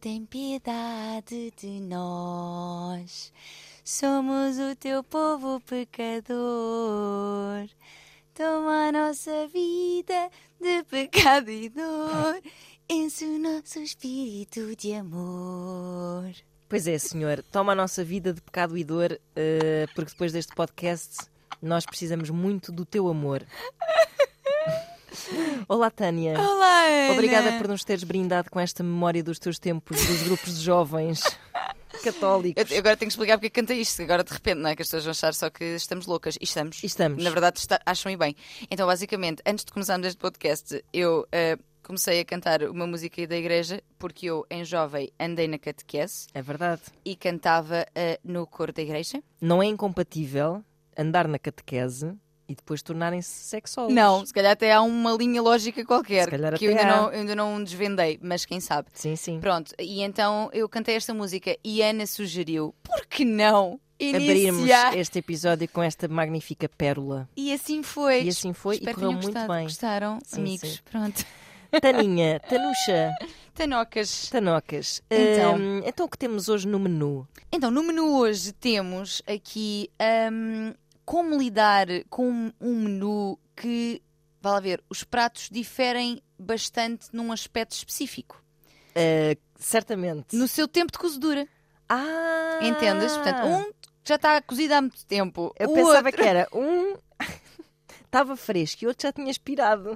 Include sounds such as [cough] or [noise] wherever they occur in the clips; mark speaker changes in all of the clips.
Speaker 1: tem piedade de nós. Somos o teu povo pecador. Toma a nossa vida de pecado e dor. Enche o nosso espírito de amor.
Speaker 2: Pois é, senhor, toma a nossa vida de pecado e dor, eh, porque depois deste podcast nós precisamos muito do teu amor. [laughs] Olá, Tânia.
Speaker 1: Olá, Ana.
Speaker 2: Obrigada por nos teres brindado com esta memória dos teus tempos, dos grupos
Speaker 3: [laughs]
Speaker 2: de jovens
Speaker 3: Eu,
Speaker 2: católicos.
Speaker 3: eu agora tenho que explicar porque é que cantei isto, agora de repente, não é? Que as pessoas vão achar só que estamos loucas. E estamos.
Speaker 2: E estamos.
Speaker 3: Na verdade, está- acham e bem. Então, basicamente, antes de começarmos este podcast, eu eh, comecei a cantar uma música da igreja porque eu, em jovem, andei na catequese
Speaker 2: É verdade.
Speaker 3: e cantava eh, no coro da igreja.
Speaker 2: Não é incompatível andar na catequese e depois tornarem-se sexólogos.
Speaker 3: Não, se calhar até há uma linha lógica qualquer
Speaker 2: Se calhar
Speaker 3: que eu
Speaker 2: até
Speaker 3: ainda,
Speaker 2: há.
Speaker 3: não, eu ainda não desvendei, mas quem sabe.
Speaker 2: Sim, sim.
Speaker 3: Pronto, e então eu cantei esta música e Ana sugeriu, por que não
Speaker 2: Abrirmos
Speaker 3: iniciar?
Speaker 2: este episódio com esta magnífica pérola.
Speaker 3: E assim foi.
Speaker 2: E assim foi
Speaker 3: Espero
Speaker 2: e correu
Speaker 3: que tenham
Speaker 2: muito
Speaker 3: gostado.
Speaker 2: bem.
Speaker 3: Gostaram,
Speaker 2: Sim,
Speaker 3: amigos?
Speaker 2: sim.
Speaker 3: Pronto.
Speaker 2: Taninha, Tanuxa,
Speaker 3: Tanocas.
Speaker 2: Tanocas.
Speaker 3: Então.
Speaker 2: hum, então o que temos hoje no menu?
Speaker 3: Então, no menu hoje temos aqui hum, como lidar com um menu que, vá lá ver, os pratos diferem bastante num aspecto específico.
Speaker 2: Eh, Certamente.
Speaker 3: No seu tempo de cozedura.
Speaker 2: Ah!
Speaker 3: Entendes? Portanto, um já está cozido há muito tempo.
Speaker 2: Eu
Speaker 3: o
Speaker 2: pensava
Speaker 3: outro...
Speaker 2: que era um. [laughs] Estava fresco e outro já tinha expirado.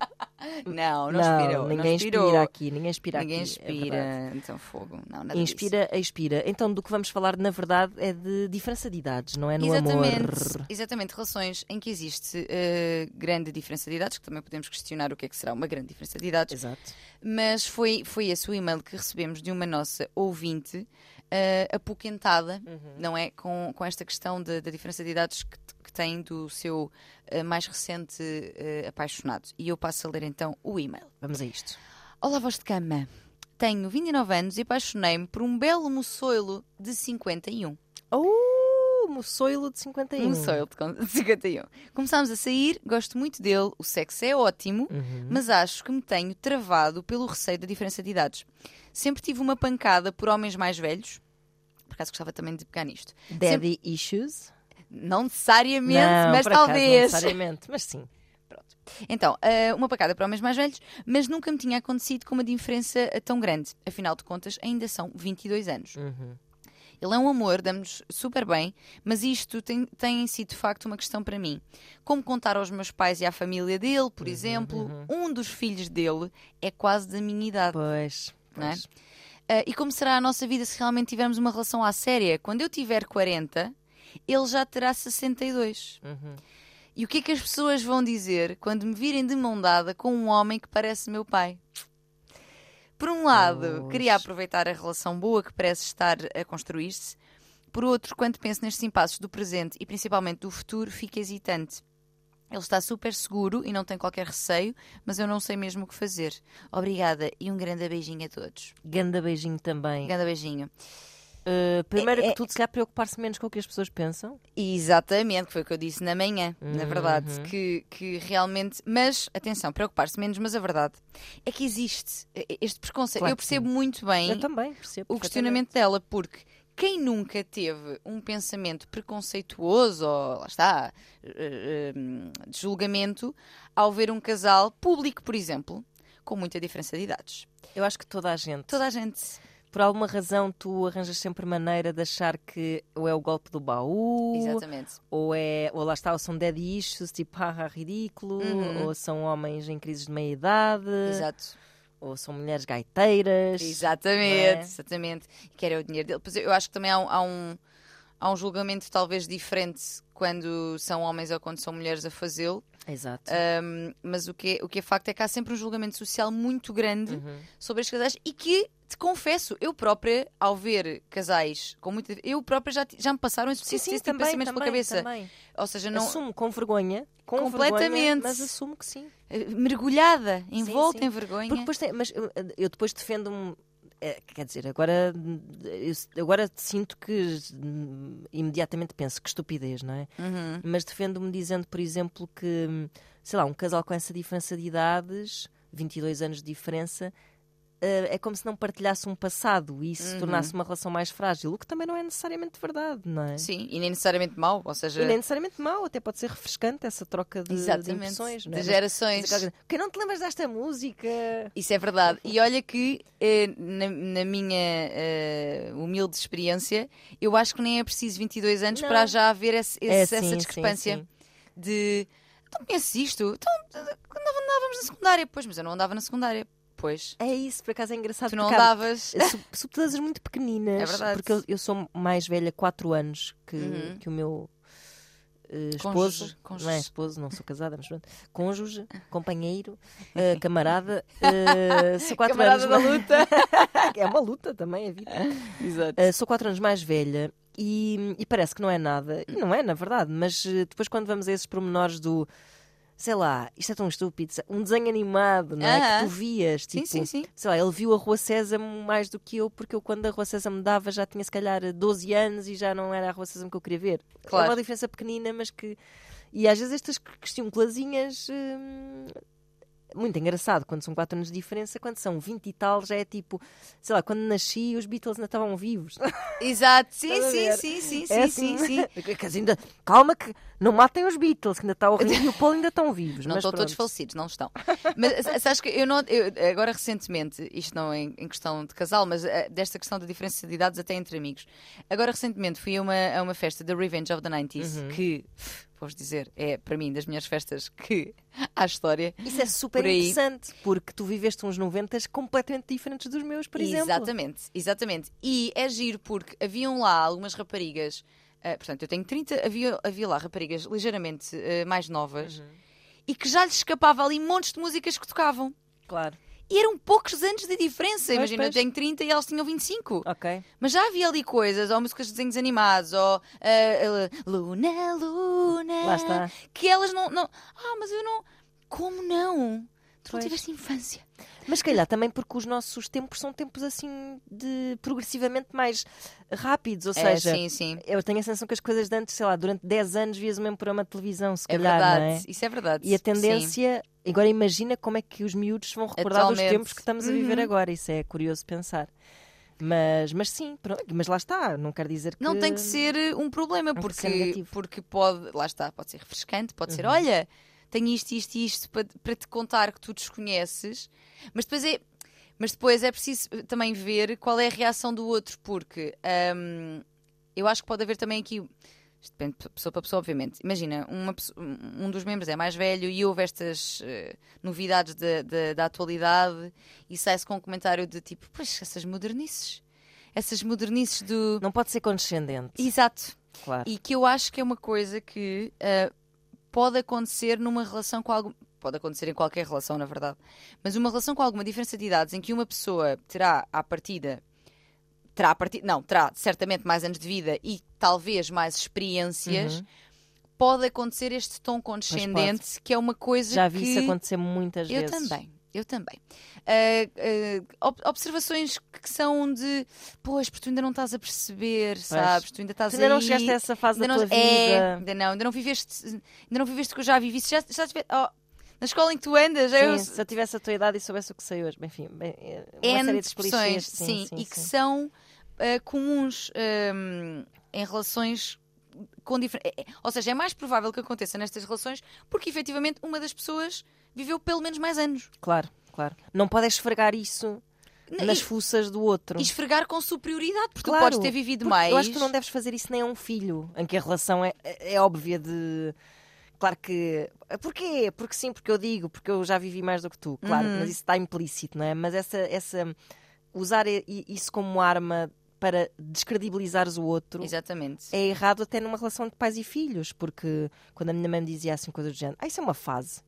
Speaker 3: Não, não, expirou.
Speaker 2: Ninguém
Speaker 3: não expirou.
Speaker 2: inspira aqui. Ninguém inspira
Speaker 3: Ninguém
Speaker 2: aqui. é
Speaker 3: inspira.
Speaker 2: verdade.
Speaker 3: então, fogo. Não, nada disso.
Speaker 2: Inspira, expira. Então, do que vamos falar, na verdade, é de diferença de idades, não é? No
Speaker 3: exatamente,
Speaker 2: amor.
Speaker 3: exatamente, relações em que existe eh, grande diferença de idades, que também podemos questionar o que é que será uma grande diferença de idades,
Speaker 2: Exato.
Speaker 3: mas foi, foi esse o e-mail que recebemos de uma nossa ouvinte eh, apoquentada,
Speaker 2: Uhum.
Speaker 3: não é? Com, com esta questão da da diferença de idades que, t- que tem do seu eh, mais recente eh, apaixonado. E eu passo a ler então o e-mail.
Speaker 2: Vamos a isto.
Speaker 3: Olá, voz de cama. Tenho 29 anos e apaixonei-me por um belo moçoilo de 51.
Speaker 2: Oh, moçoilo de 51.
Speaker 3: Um soil de con- 51. Começámos a sair, gosto muito dele, o sexo é ótimo,
Speaker 2: Uhum.
Speaker 3: mas acho que me tenho travado pelo receio da diferença de idades. Sempre tive uma pancada por homens mais velhos. Por acaso gostava também de pegar nisto.
Speaker 2: Daddy issues?
Speaker 3: Não necessariamente,
Speaker 2: Não,
Speaker 3: mas
Speaker 2: por acaso, Não
Speaker 3: talvez.
Speaker 2: necessariamente, mas sim.
Speaker 3: Então, ah, uma pancada por homens mais velhos, mas nunca me tinha acontecido com uma diferença ah, tão grande. Afinal de contas, ainda são 22 anos.
Speaker 2: Uhum.
Speaker 3: Ele é um amor, damos super bem, mas isto tem, tem sido de facto uma questão para mim. Como contar aos meus pais e à família dele, por exemplo, um dos filhos dele é quase da minha idade.
Speaker 2: Pois.
Speaker 3: Não é?
Speaker 2: pois.
Speaker 3: Ah, e como será a nossa vida se realmente tivermos uma relação à séria? Quando eu tiver 40, ele já terá 62.
Speaker 2: Uhum.
Speaker 3: E o que é que as pessoas vão dizer quando me virem de mão dada com um homem que parece meu pai? Por um lado,
Speaker 2: Pois.
Speaker 3: queria aproveitar a relação boa que parece estar a construir-se. Por outro, quando penso nestes impasses do presente e principalmente do futuro, fico hesitante. Ele está super seguro e não tem qualquer receio, mas eu não sei mesmo o que fazer. Obrigada e um grande beijinho a todos.
Speaker 2: Ganda beijinho também.
Speaker 3: Um grande beijinho.
Speaker 2: Uh, primeiro
Speaker 3: É,
Speaker 2: que tudo, se calhar preocupar-se menos com o que as pessoas pensam.
Speaker 3: Exatamente, que foi o que eu disse na manhã, na verdade,
Speaker 2: Uhum.
Speaker 3: que, que realmente. Mas, atenção, preocupar-se menos, mas a verdade é que existe eh, este preconceito.
Speaker 2: Claro
Speaker 3: eu
Speaker 2: que
Speaker 3: percebo muito bem
Speaker 2: Eu também percebo.
Speaker 3: o questionamento dela, porque quem nunca teve um pensamento preconceituoso, ou lá está, eh, eh, de julgamento, ao ver um casal público, por exemplo, com muita diferença de idades.
Speaker 2: perfeitamente. Eu acho que toda a gente.
Speaker 3: Toda a gente.
Speaker 2: Por alguma razão, tu arranjas sempre maneira de achar que ou é o golpe do baú,
Speaker 3: Exatamente.
Speaker 2: ou é. Ou lá está, ou são dead issues, tipo, haha, ridículo,
Speaker 3: Uhum.
Speaker 2: ou são homens em crises de meia-idade,
Speaker 3: Exato.
Speaker 2: ou são mulheres gaiteiras.
Speaker 3: Exatamente,
Speaker 2: não é?
Speaker 3: exatamente. Que era o dinheiro dele. Pois eu eu acho que também há um, há um, há um julgamento talvez diferente quando são homens ou quando são mulheres a fazê-lo.
Speaker 2: Exato.
Speaker 3: Hum, Mas o que, é, o que é facto é que há sempre um julgamento social muito grande
Speaker 2: Uhum.
Speaker 3: sobre as casais e que, te confesso, eu própria, ao ver casais com muita. Eu própria já, ti- já me passaram esse,
Speaker 2: Sim,
Speaker 3: esse
Speaker 2: sim,
Speaker 3: tipo de
Speaker 2: também,
Speaker 3: pensamentos
Speaker 2: também,
Speaker 3: pela cabeça.
Speaker 2: também.
Speaker 3: Ou seja, não,
Speaker 2: Assumo com vergonha. Com
Speaker 3: Completamente.
Speaker 2: vergonha, mas assumo que sim.
Speaker 3: eh, mergulhada,
Speaker 2: Sim,
Speaker 3: envolta
Speaker 2: sim.
Speaker 3: em vergonha.
Speaker 2: Porque depois tem- mas eu, eu depois defendo um. é, Quer dizer, agora, eu agora sinto que hum, imediatamente penso que estupidez, não é?
Speaker 3: Uhum.
Speaker 2: Mas defendo-me dizendo, por exemplo, que hum, sei lá, um casal com essa diferença de idades, 22 anos de diferença, eh, é como se não partilhasse um passado e
Speaker 3: Uhum.
Speaker 2: isso tornasse uma relação mais frágil, o que também não é necessariamente verdade, não é?
Speaker 3: Sim, e nem necessariamente mau, ou seja,
Speaker 2: E nem necessariamente mau, até pode ser refrescante essa troca de, de
Speaker 3: Exatamente,
Speaker 2: impressões, não é?
Speaker 3: de
Speaker 2: Mas-
Speaker 3: gerações.
Speaker 2: mas aquela- Quem não te lembras desta música?
Speaker 3: Isso é verdade. E olha que, eh, na, na minha eh, humilde experiência, eu acho que nem é preciso 22 anos
Speaker 2: Não.
Speaker 3: para já haver esse-
Speaker 2: É,
Speaker 3: esse-
Speaker 2: sim,
Speaker 3: essa
Speaker 2: sim,
Speaker 3: discrepância
Speaker 2: sim.
Speaker 3: de. Então conheces isto? Então, quando andávamos na secundária? Pois, mas eu não andava na secundária. Pois.
Speaker 2: É isso, por acaso é engraçado.
Speaker 3: Tu não
Speaker 2: porque há-
Speaker 3: andavas.
Speaker 2: sub- subtilezas muito pequeninas.
Speaker 3: É verdade.
Speaker 2: Porque eu, eu sou mais velha 4 anos que,
Speaker 3: Uhum.
Speaker 2: que o meu eh,
Speaker 3: Cônjuge,
Speaker 2: esposo.
Speaker 3: cônjuge.
Speaker 2: Não é esposo, não sou casada, mas pronto.
Speaker 3: [laughs]
Speaker 2: Cônjuge, companheiro, eh, camarada. eh, sou 4
Speaker 3: Camarada
Speaker 2: anos.
Speaker 3: da
Speaker 2: mais-
Speaker 3: luta.
Speaker 2: é uma luta também, a vida.
Speaker 3: [laughs] Exato.
Speaker 2: Eh, sou 4 anos mais velha. E, e parece que não é nada, e não é na verdade, mas eh, depois quando vamos a esses pormenores do sei lá, isto é tão estúpido, um desenho animado, não é?
Speaker 3: Aham.
Speaker 2: Que tu vias,
Speaker 3: Sim,
Speaker 2: tipo,
Speaker 3: sim, sim.
Speaker 2: sei lá, ele viu a Rua Sésamo mais do que eu, porque eu quando a Rua Sésamo dava já tinha se calhar 12 anos e já não era a Rua Sésamo que eu queria ver.
Speaker 3: Claro.
Speaker 2: É uma diferença pequenina, mas que. E às vezes estas questiunculazinhas. Hum... Muito engraçado, quando são 4 anos de diferença, quando são 20 e tal, já é tipo, sei lá, quando nasci os Beatles ainda estavam vivos.
Speaker 3: Exato. Sim,
Speaker 2: Estás a
Speaker 3: sim,
Speaker 2: ver?
Speaker 3: sim, sim, sim,
Speaker 2: É
Speaker 3: sim,
Speaker 2: assim.
Speaker 3: sim.
Speaker 2: Quer dizer, ainda, calma que não matem os Beatles, que ainda está o Ringo e o Paul ainda estão vivos.
Speaker 3: Não
Speaker 2: mas
Speaker 3: estão todos
Speaker 2: pronto.
Speaker 3: falecidos, não estão. [laughs] Mas sa- sabes que eu não. eu- agora, recentemente, isto não é em, em questão de casal, mas eh, desta questão da diferença de idades até entre amigos. Agora, recentemente, fui a uma, a uma festa da Revenge of the 90s,
Speaker 2: Uhum.
Speaker 3: que, vou-vos dizer, é para mim das melhores festas que [laughs] há história.
Speaker 2: Isso é super
Speaker 3: Por aí.
Speaker 2: interessante, porque tu viveste uns 90 completamente diferentes dos meus, por exemplo.
Speaker 3: Exatamente, exatamente. E é giro porque haviam lá algumas raparigas, ah, portanto, eu tenho 30, havia, havia lá raparigas ligeiramente ah, mais novas
Speaker 2: Uhum.
Speaker 3: e que já lhes escapava ali montes de músicas que tocavam.
Speaker 2: Claro.
Speaker 3: E eram poucos anos de diferença.
Speaker 2: Pois,
Speaker 3: Imagina,
Speaker 2: pois.
Speaker 3: eu tenho 30 e elas tinham 25.
Speaker 2: Ok.
Speaker 3: Mas já havia ali coisas, ou músicas de desenhos animados, ou. ah, ah, Luna, Luna.
Speaker 2: Lá está.
Speaker 3: Que elas não, não. Ah, mas eu não. Como não? Tu não
Speaker 2: Pois.
Speaker 3: tiveste infância.
Speaker 2: Mas se calhar também porque os nossos tempos são tempos assim de progressivamente mais rápidos, ou
Speaker 3: É,
Speaker 2: seja,
Speaker 3: sim, sim.
Speaker 2: eu tenho a sensação que as coisas de antes, sei lá, durante 10 anos vias o mesmo programa de televisão, se
Speaker 3: É
Speaker 2: calhar,
Speaker 3: verdade.
Speaker 2: não é?
Speaker 3: Isso é verdade.
Speaker 2: E a
Speaker 3: Sim.
Speaker 2: tendência, agora imagina como é que os miúdos vão recordar
Speaker 3: Atualmente. Uhum.
Speaker 2: dos tempos que estamos a viver agora, isso é curioso pensar. Mas, mas sim, pronto, mas lá está, não quer dizer que
Speaker 3: Não tem que ser eh, um problema,
Speaker 2: tem que ser
Speaker 3: porque,
Speaker 2: negativo. Uhum.
Speaker 3: porque pode. Lá está, pode ser refrescante, pode ser: olha, tenho isto, isto e isto para, para te contar que tu desconheces, mas depois é. Mas depois é preciso eh, também ver qual é a reação do outro, porque hum, eu acho que pode haver também aqui. Isto depende de pessoa para pessoa, obviamente. Imagina, uma pesso- um dos membros é mais velho e ouve estas eh, novidades da- da- da atualidade e sai-se com um comentário de tipo: Pois, essas modernices. Essas modernices do.
Speaker 2: não pode ser condescendente,
Speaker 3: Exato.
Speaker 2: claro.
Speaker 3: E que eu acho que é uma coisa que ah, pode acontecer numa relação com algum. Pode acontecer em qualquer relação, na verdade. Mas uma relação com alguma diferença de idades em que uma pessoa terá à partida. Terá à partida. Não, terá certamente mais anos de vida e talvez mais experiências.
Speaker 2: Uhum.
Speaker 3: Pode acontecer este tom condescendente, que é uma coisa
Speaker 2: Já vi
Speaker 3: que.
Speaker 2: isso acontecer muitas
Speaker 3: Eu
Speaker 2: vezes.
Speaker 3: também, eu também. Ah, ah, ob- observações que são de. Pois, porque tu ainda não estás a perceber, sabes? Tu ainda estás
Speaker 2: Tu ainda não
Speaker 3: aí,
Speaker 2: chegaste a essa fase
Speaker 3: ainda
Speaker 2: da
Speaker 3: não,
Speaker 2: tua
Speaker 3: é,
Speaker 2: vida.
Speaker 3: ainda não, ainda não viveste, ainda não viveste o que eu já vivi. Se já, se já tive- oh, na escola em que tu andas, é eu-
Speaker 2: Sim, se eu tivesse a tua idade e soubesse o que sei hoje, enfim, bem, é uma
Speaker 3: N
Speaker 2: série de clichês,
Speaker 3: expressões,
Speaker 2: sim,
Speaker 3: sim,
Speaker 2: sim,
Speaker 3: e que
Speaker 2: sim.
Speaker 3: são ah, comuns ahm, em relações com diferentes. Ou seja, é mais provável que aconteça nestas relações porque efetivamente uma das pessoas viveu pelo menos mais anos.
Speaker 2: Claro, claro. Não podes esfregar isso
Speaker 3: N-
Speaker 2: nas
Speaker 3: e-
Speaker 2: fuças do outro.
Speaker 3: E esfregar com superioridade, porque tu
Speaker 2: Claro,
Speaker 3: podes ter vivido
Speaker 2: Porque
Speaker 3: mais.
Speaker 2: Eu acho que tu não deves fazer isso nem a um filho, em que a relação é, é é óbvia de. Claro que. eh, Porquê? Porque sim, porque eu digo, porque eu já vivi mais do que tu. Claro,
Speaker 3: Uhum.
Speaker 2: mas isso está implícito, não é? Mas essa. essa usar i- isso como arma para descredibilizares o outro
Speaker 3: Exatamente.
Speaker 2: é errado até numa relação de pais e filhos, porque quando a minha mãe me dizia assim coisas do género, ah, isso é uma fase.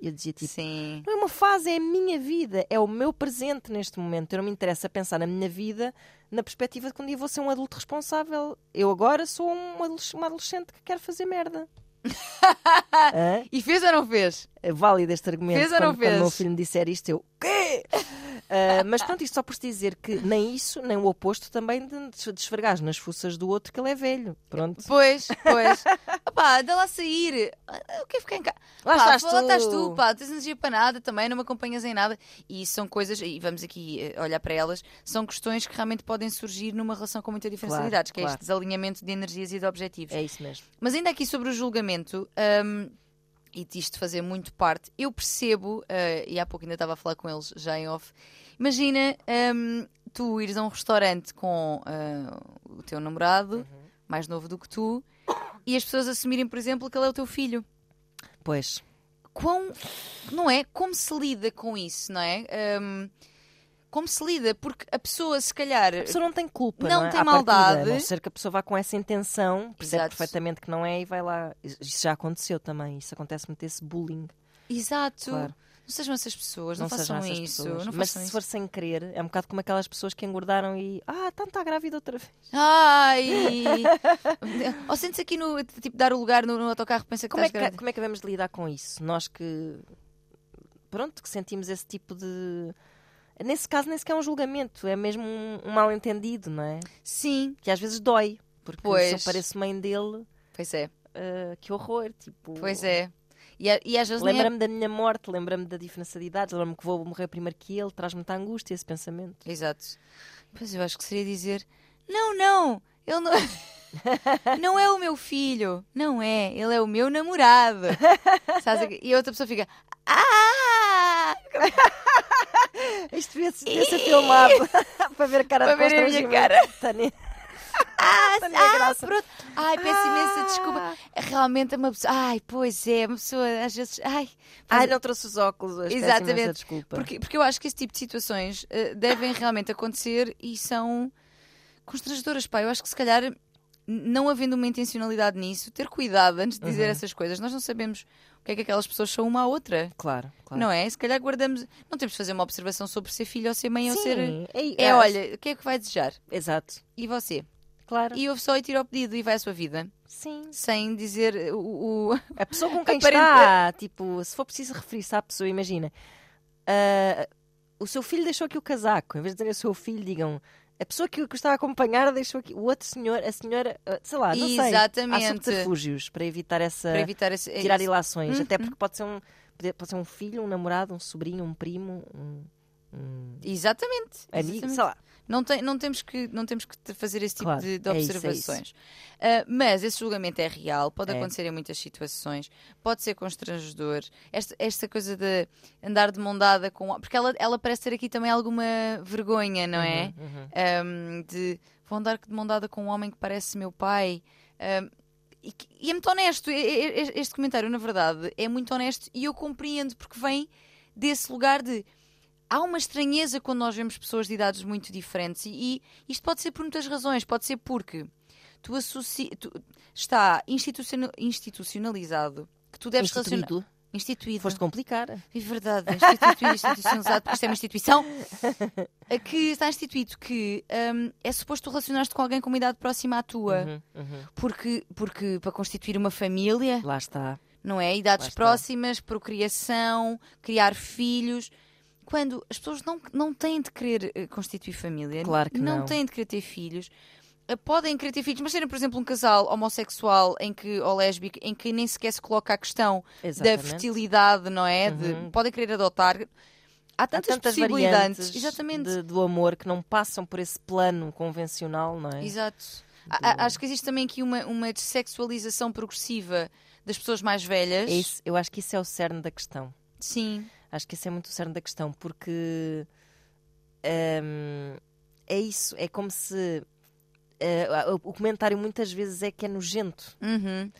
Speaker 2: Eu dizia tipo,
Speaker 3: Sim.
Speaker 2: não é uma fase, é a minha vida, é o meu presente neste momento. Eu não me interessa pensar na minha vida na perspectiva de que um dia vou ser um adulto responsável. Eu agora sou um adoles- uma adolescente que quer fazer
Speaker 3: [laughs]
Speaker 2: merda. Hã?
Speaker 3: E fez ou não fez?
Speaker 2: É válido este argumento.
Speaker 3: Fez ou
Speaker 2: quando,
Speaker 3: não
Speaker 2: Quando o meu
Speaker 3: fez?
Speaker 2: filho me disser isto, eu. Quê? Ah, mas pronto, isto só por te dizer que nem isso, nem o oposto também de de esfregares nas fuças do outro que ele é velho. Pronto.
Speaker 3: Pois,
Speaker 2: [laughs]
Speaker 3: pois. Opá, dá lá a sair. Ah, Eu quero ficar é em casa.
Speaker 2: Lá
Speaker 3: pá,
Speaker 2: estás
Speaker 3: pá, lá
Speaker 2: tu.
Speaker 3: estás tu, pá, não tens energia para nada também, não me acompanhas em nada. E isso são coisas, e vamos aqui eh, olhar para elas, são questões que realmente podem surgir numa relação com muita diferença de
Speaker 2: Claro,
Speaker 3: idades, que é
Speaker 2: claro.
Speaker 3: este desalinhamento de energias e de objetivos.
Speaker 2: É isso mesmo.
Speaker 3: Mas ainda aqui sobre o julgamento, hum, e disto fazer muito parte, eu percebo, eh, e há pouco ainda estava a falar com eles já em off, imagina hum, tu ires a um restaurante com eh, o teu namorado,
Speaker 2: Uhum.
Speaker 3: mais novo do que tu, e as pessoas assumirem, por exemplo, que ele é o teu filho.
Speaker 2: Pois.
Speaker 3: Quão, não é? Como se lida com isso, não é? Hum, como se lida? Porque a pessoa, se calhar,
Speaker 2: A pessoa não tem culpa.
Speaker 3: Não
Speaker 2: é?
Speaker 3: tem
Speaker 2: À partida,
Speaker 3: maldade.
Speaker 2: A não ser que a pessoa vá com essa intenção, percebe
Speaker 3: Exato.
Speaker 2: perfeitamente que não é e vai lá. Isso já aconteceu também. Isso acontece muito, esse bullying.
Speaker 3: exato,
Speaker 2: Claro.
Speaker 3: não sejam essas pessoas, não,
Speaker 2: sejam
Speaker 3: façam
Speaker 2: essas
Speaker 3: isso.
Speaker 2: pessoas.
Speaker 3: Não
Speaker 2: Mas
Speaker 3: façam
Speaker 2: se
Speaker 3: isso.
Speaker 2: for sem querer, é um bocado como aquelas pessoas que engordaram e. Ah, então está grávida outra vez. [laughs]
Speaker 3: Ai! Ou sentes aqui no tipo dar o lugar no, no autocarro, pensa que
Speaker 2: Como é,
Speaker 3: estás
Speaker 2: que,
Speaker 3: grávida.
Speaker 2: como é que devemos lidar com isso? Nós que. Pronto, que sentimos esse tipo de. Nesse caso, nem sequer é um julgamento, é mesmo um, um mal-entendido, não é?
Speaker 3: Sim,
Speaker 2: Que às vezes dói, porque se eu
Speaker 3: Pois.
Speaker 2: pareço mãe dele,
Speaker 3: pois é,
Speaker 2: ah, que horror, tipo.
Speaker 3: pois é. E, a- e às vezes nem é...
Speaker 2: Lembra-me da minha morte, lembra-me da diferença de idades, lembra-me que vou morrer primeiro que ele, traz muita angústia esse pensamento.
Speaker 3: Exato. Pois eu acho que seria dizer: Não, não, ele não. [laughs] Não é o meu filho, não é, ele é o meu namorado. Sabes aqui? E a outra pessoa fica: Ah!
Speaker 2: Isto devia ser devia ser filmado [laughs] para ver a cara
Speaker 3: Para
Speaker 2: de
Speaker 3: ver a minha
Speaker 2: constrangimento.
Speaker 3: cara.
Speaker 2: [laughs] Tânia,
Speaker 3: Ah,
Speaker 2: Tânia
Speaker 3: ah,
Speaker 2: Graça.
Speaker 3: pronto. Ai, peço imensa
Speaker 2: Ah.
Speaker 3: desculpa. Realmente é uma pessoa. Ai, pois é, uma pessoa às vezes. Ai,
Speaker 2: Ai, não trouxe os óculos hoje. peço imensa
Speaker 3: Exatamente.
Speaker 2: Desculpa.
Speaker 3: Porque, porque eu acho que esse tipo de situações eh, devem realmente acontecer e são constrangedoras, pá. Eu acho que se calhar, n- não havendo uma intencionalidade nisso, ter cuidado antes de dizer
Speaker 2: Uhum.
Speaker 3: essas coisas. Nós não sabemos o que é que aquelas pessoas são uma à outra,
Speaker 2: Claro, claro.
Speaker 3: não é? Se calhar guardamos. Não temos de fazer uma observação sobre ser filho ou ser mãe ou ser.
Speaker 2: Sim, é,
Speaker 3: É,
Speaker 2: ah,
Speaker 3: olha, o que é que vai desejar?
Speaker 2: Exato.
Speaker 3: E você?
Speaker 2: Claro.
Speaker 3: E ouve só e tira o pedido e vai à sua vida,
Speaker 2: Sim.
Speaker 3: sem dizer eh, o. o-
Speaker 2: A pessoa com quem
Speaker 3: Aparente-
Speaker 2: está, tipo, se for preciso referir-se à pessoa, imagina. ah, o seu filho deixou aqui o casaco. Em vez de dizer o seu filho, digam. A pessoa que, o- que o está a acompanhar deixou aqui. O outro senhor, a senhora, ah, sei lá, não sei. Há
Speaker 3: Exatamente.
Speaker 2: subterfúgios para evitar essa.
Speaker 3: Para evitar esse.
Speaker 2: tirar
Speaker 3: esse-
Speaker 2: ilações.
Speaker 3: Hum,
Speaker 2: Até porque pode ser, um, pode- pode ser um filho, um namorado, um sobrinho, um primo, um, um
Speaker 3: Exatamente.
Speaker 2: amigo,
Speaker 3: exatamente.
Speaker 2: sei lá.
Speaker 3: Não, tem- não temos que, não temos que te- fazer esse tipo
Speaker 2: Claro,
Speaker 3: de, de
Speaker 2: é isso, é
Speaker 3: observações. Ah, mas esse julgamento é real, pode
Speaker 2: É.
Speaker 3: acontecer em muitas situações, pode ser constrangedor. Esta, esta coisa de andar de mão dada com. Porque ela, ela parece ter aqui também alguma vergonha, não é?
Speaker 2: Uhum, uhum.
Speaker 3: Ahm, de vou andar de mão dada com um homem que parece meu pai. Ahm, e, que- e é muito honesto. e- e- e- Este comentário, na verdade, é muito honesto e eu compreendo porque vem desse lugar de. Há uma estranheza quando nós vemos pessoas de idades muito diferentes e, e isto pode ser por muitas razões. Pode ser porque tu, associ... tu- está instituciona- institucionalizado que tu deves relacionar.
Speaker 2: Instituído.
Speaker 3: Instituído.
Speaker 2: Foste complicar.
Speaker 3: É verdade, é instituído, institucionalizado, porque isto é uma instituição a que está instituído que hum, é suposto tu relacionares-te com alguém com uma idade próxima à tua,
Speaker 2: Uhum, uhum.
Speaker 3: porque, porque para constituir uma família,
Speaker 2: Lá está.
Speaker 3: não é? Idades
Speaker 2: Lá está.
Speaker 3: próximas, procriação, criar filhos. Quando as pessoas não, não têm de querer eh, constituir família,
Speaker 2: Claro que não.
Speaker 3: têm de querer ter filhos, eh, podem querer ter filhos, mas serem, por exemplo, um casal homossexual em que, ou lésbico em que nem sequer se coloca a questão
Speaker 2: Exatamente.
Speaker 3: da fertilidade, não é?
Speaker 2: Uhum.
Speaker 3: De, podem querer adotar. Há
Speaker 2: Há
Speaker 3: tantas,
Speaker 2: tantas
Speaker 3: possibilidades.
Speaker 2: variantes
Speaker 3: Exatamente.
Speaker 2: de- do amor que não passam por esse plano convencional, não é?
Speaker 3: Exato. A- a- acho que existe também aqui uma, uma dessexualização progressiva das pessoas mais velhas.
Speaker 2: É isso- eu acho que isso é o cerne da questão.
Speaker 3: Sim.
Speaker 2: Acho que esse é muito o cerne da questão, porque hum, é isso, é como se eh, o o comentário muitas vezes é que é nojento.
Speaker 3: Uhum.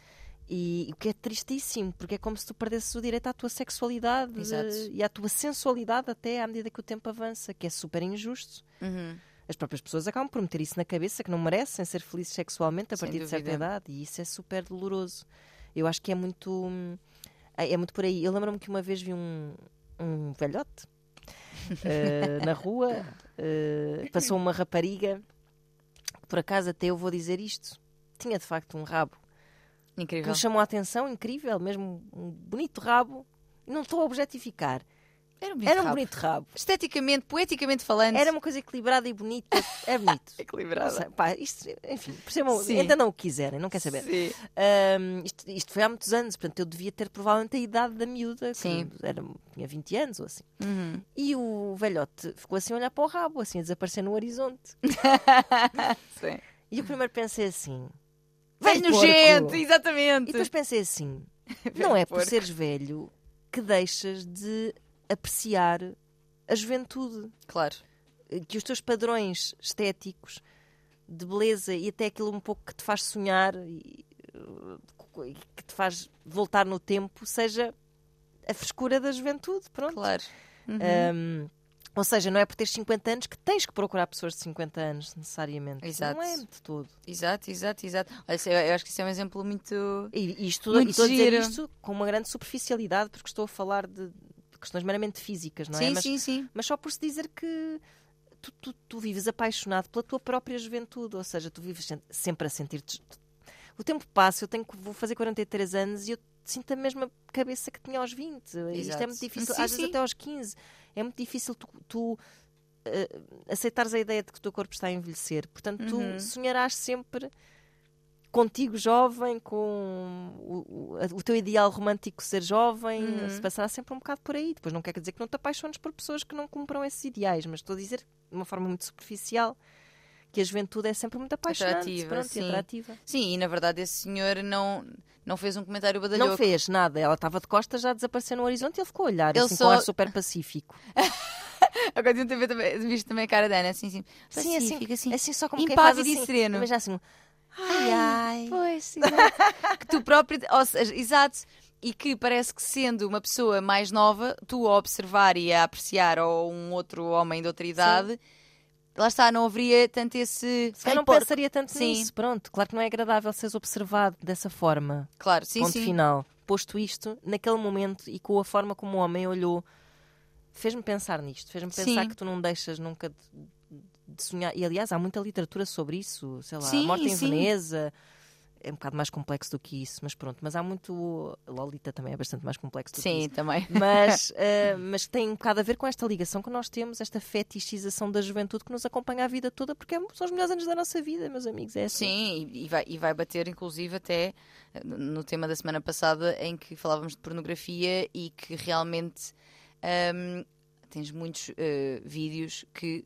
Speaker 2: E o que é tristíssimo, porque é como se tu perdesses o direito à tua sexualidade
Speaker 3: Exato.
Speaker 2: eh, e à tua sensualidade até à medida que o tempo avança, que é super injusto.
Speaker 3: Uhum.
Speaker 2: As próprias pessoas acabam por meter isso na cabeça que não merecem ser felizes sexualmente a
Speaker 3: Sem
Speaker 2: partir de certa
Speaker 3: dúvida.
Speaker 2: idade e isso é super doloroso. Eu acho que é muito hum, é é muito por aí. Eu lembro-me que uma vez vi um, um velhote
Speaker 3: [laughs]
Speaker 2: eh, na rua, eh, passou uma rapariga que por acaso até eu vou dizer isto. Tinha de facto um rabo que
Speaker 3: Incrível.
Speaker 2: me chamou a atenção, incrível, mesmo um bonito rabo. Não estou a objetificar.
Speaker 3: Era um bonito
Speaker 2: Era um
Speaker 3: rabo.
Speaker 2: bonito rabo.
Speaker 3: Esteticamente, poeticamente falando,
Speaker 2: Era uma coisa equilibrada e bonita. Era bonito. Não
Speaker 3: equilibrada.
Speaker 2: sei, pá, isto, enfim, percebam,
Speaker 3: Sim.
Speaker 2: entendam o que quiserem, não quer saber.
Speaker 3: Sim.
Speaker 2: Ahm, isto, isto foi há muitos anos, portanto eu devia ter provavelmente a idade da miúda, que
Speaker 3: Sim.
Speaker 2: era, tinha 20 anos ou assim.
Speaker 3: Uhum.
Speaker 2: E o velhote ficou assim a olhar para o rabo, assim a desaparecer no horizonte.
Speaker 3: Sim.
Speaker 2: E eu primeiro pensei assim:
Speaker 3: Velho
Speaker 2: "Velho
Speaker 3: nojento,
Speaker 2: porco!" E
Speaker 3: exatamente.
Speaker 2: depois
Speaker 3: [laughs]
Speaker 2: pensei assim: não é por
Speaker 3: porco.
Speaker 2: seres velho que deixas de apreciar a juventude,
Speaker 3: Claro.
Speaker 2: eh, que os teus padrões estéticos de beleza e até aquilo um pouco que te faz sonhar e eh, que te faz voltar no tempo seja a frescura da juventude, pronto.
Speaker 3: Claro. Uhum.
Speaker 2: Um, ou seja, não é por teres 50 anos que tens que procurar pessoas de 50 anos, necessariamente.
Speaker 3: Exato.
Speaker 2: Não é de todo.
Speaker 3: Exato, exato, exato. Olha, isso- eu acho que isso é um exemplo muito.
Speaker 2: E, e isto,
Speaker 3: Muito
Speaker 2: e estou a dizer
Speaker 3: giro.
Speaker 2: isto com uma grande superficialidade, porque estou a falar de de questões meramente físicas, não é?
Speaker 3: sim,
Speaker 2: Mas,
Speaker 3: sim, sim.
Speaker 2: mas só por se dizer que tu, tu- tu vives apaixonado pela tua própria juventude, ou seja, tu vives sen- sempre a sentir-te. O tempo passa, eu tenho, que- vou fazer 43 anos e eu sinto a mesma cabeça que tinha aos 20. Isto é
Speaker 3: Exato.
Speaker 2: muito difícil,
Speaker 3: Sim,
Speaker 2: às
Speaker 3: sim.
Speaker 2: vezes até aos 15. É muito difícil tu, tu, eh, aceitares a ideia de que o teu corpo está a envelhecer. Portanto,
Speaker 3: Uhum.
Speaker 2: tu sonharás sempre contigo jovem, com o, o- a- o teu ideal romântico ser jovem,
Speaker 3: Uhum.
Speaker 2: se passará sempre um bocado por aí. Depois não quer dizer que não te apaixones por pessoas que não cumpram esses ideais, mas estou a dizer de uma forma muito superficial que a juventude é sempre muito apaixonante
Speaker 3: Atrativa,
Speaker 2: pronto, e
Speaker 3: sim.
Speaker 2: atrativa.
Speaker 3: Sim, e na verdade esse senhor não, não fez um comentário badalhoco.
Speaker 2: Não fez nada, ela estava de costas, já desapareceu no horizonte e ele ficou a olhar,
Speaker 3: Ele
Speaker 2: assim,
Speaker 3: só-
Speaker 2: com ar super pacífico.
Speaker 3: Agora tinha também, também, visto também a cara da Ana, assim, assim.
Speaker 2: Sim, assim,
Speaker 3: Pacífica, assim.
Speaker 2: Assim, só como
Speaker 3: Impávido
Speaker 2: quem
Speaker 3: e
Speaker 2: faz assim,
Speaker 3: sereno.
Speaker 2: Imagina assim, um, ai, ai.
Speaker 1: Pois, sim.
Speaker 3: Que tu próprio. ou seja, exato. E que parece que sendo uma pessoa mais nova, tu a observar e a apreciar ou um outro homem de outra idade, lá está, não haveria tanto esse.
Speaker 2: Se
Speaker 3: Ai,
Speaker 2: calhar não
Speaker 3: porco.
Speaker 2: pensaria tanto
Speaker 3: Sim.
Speaker 2: nisso, pronto. Claro que não é agradável seres observado dessa forma.
Speaker 3: Claro, sim,
Speaker 2: ponto
Speaker 3: sim.
Speaker 2: final. Posto isto, naquele momento e com a forma como o homem olhou, fez-me pensar nisto, fez-me pensar
Speaker 3: Sim.
Speaker 2: que tu não deixas nunca de, de sonhar. E aliás, há muita literatura sobre isso, sei lá,
Speaker 3: Sim,
Speaker 2: a morte em
Speaker 3: sim.
Speaker 2: Veneza. É um bocado mais complexo do que isso, mas pronto. Mas há muito. Lolita também é bastante mais complexo do que
Speaker 3: Sim,
Speaker 2: isso.
Speaker 3: também.
Speaker 2: Mas, [laughs] eh, mas tem um bocado a ver com esta ligação que nós temos, esta fetichização da juventude que nos acompanha a vida toda, porque é- são os melhores anos da nossa vida, meus amigos. É assim.
Speaker 3: Sim, e e vai, e vai bater, inclusive, até eh, no tema da semana passada em que falávamos de pornografia e que realmente ahm, tens muitos eh, vídeos que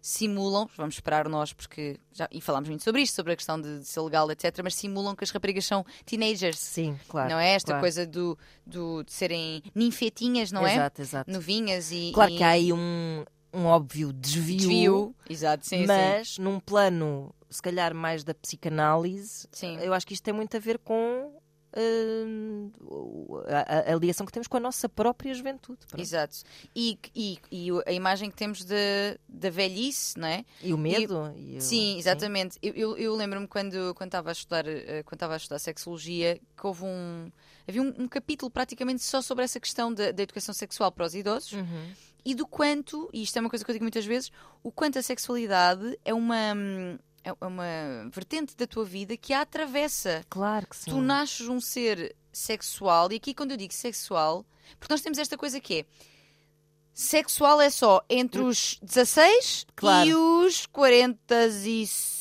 Speaker 3: simulam, vamos esperar nós, porque já e falámos muito sobre isto, sobre a questão de, de ser legal, etc., mas simulam que as raparigas são teenagers,
Speaker 2: Sim, claro.
Speaker 3: não é? Esta
Speaker 2: claro.
Speaker 3: coisa do, do, de serem ninfetinhas, não
Speaker 2: Exato, exato.
Speaker 3: é? Novinhas e.
Speaker 2: Claro
Speaker 3: e
Speaker 2: que há aí um, um óbvio desvio,
Speaker 3: desvio. Exato, sim, sim.
Speaker 2: mas num plano, se calhar, mais da psicanálise,
Speaker 3: Sim.
Speaker 2: eu acho que isto tem muito a ver com hum, o- a, a- a ligação que temos com a nossa própria juventude. pronto.
Speaker 3: Exato. E, e, e o- a imagem que temos de- da velhice, não é?
Speaker 2: E o medo. e o-
Speaker 3: Sim, exatamente. Eu, eu, eu lembro-me quando quando estava a estudar eh, quando estava a estudar sexologia que houve um havia um, um capítulo praticamente só sobre essa questão da, da educação sexual para os idosos
Speaker 2: Uhum.
Speaker 3: e do quanto e isto é uma coisa que eu digo muitas vezes o quanto a sexualidade é uma hum, é é uma vertente da tua vida que a atravessa
Speaker 2: Claro que sim.
Speaker 3: tu nasces um ser sexual, e aqui quando eu digo sexual, porque nós temos esta coisa que é sexual é só entre os 16
Speaker 2: Hum. Claro.
Speaker 3: e os 45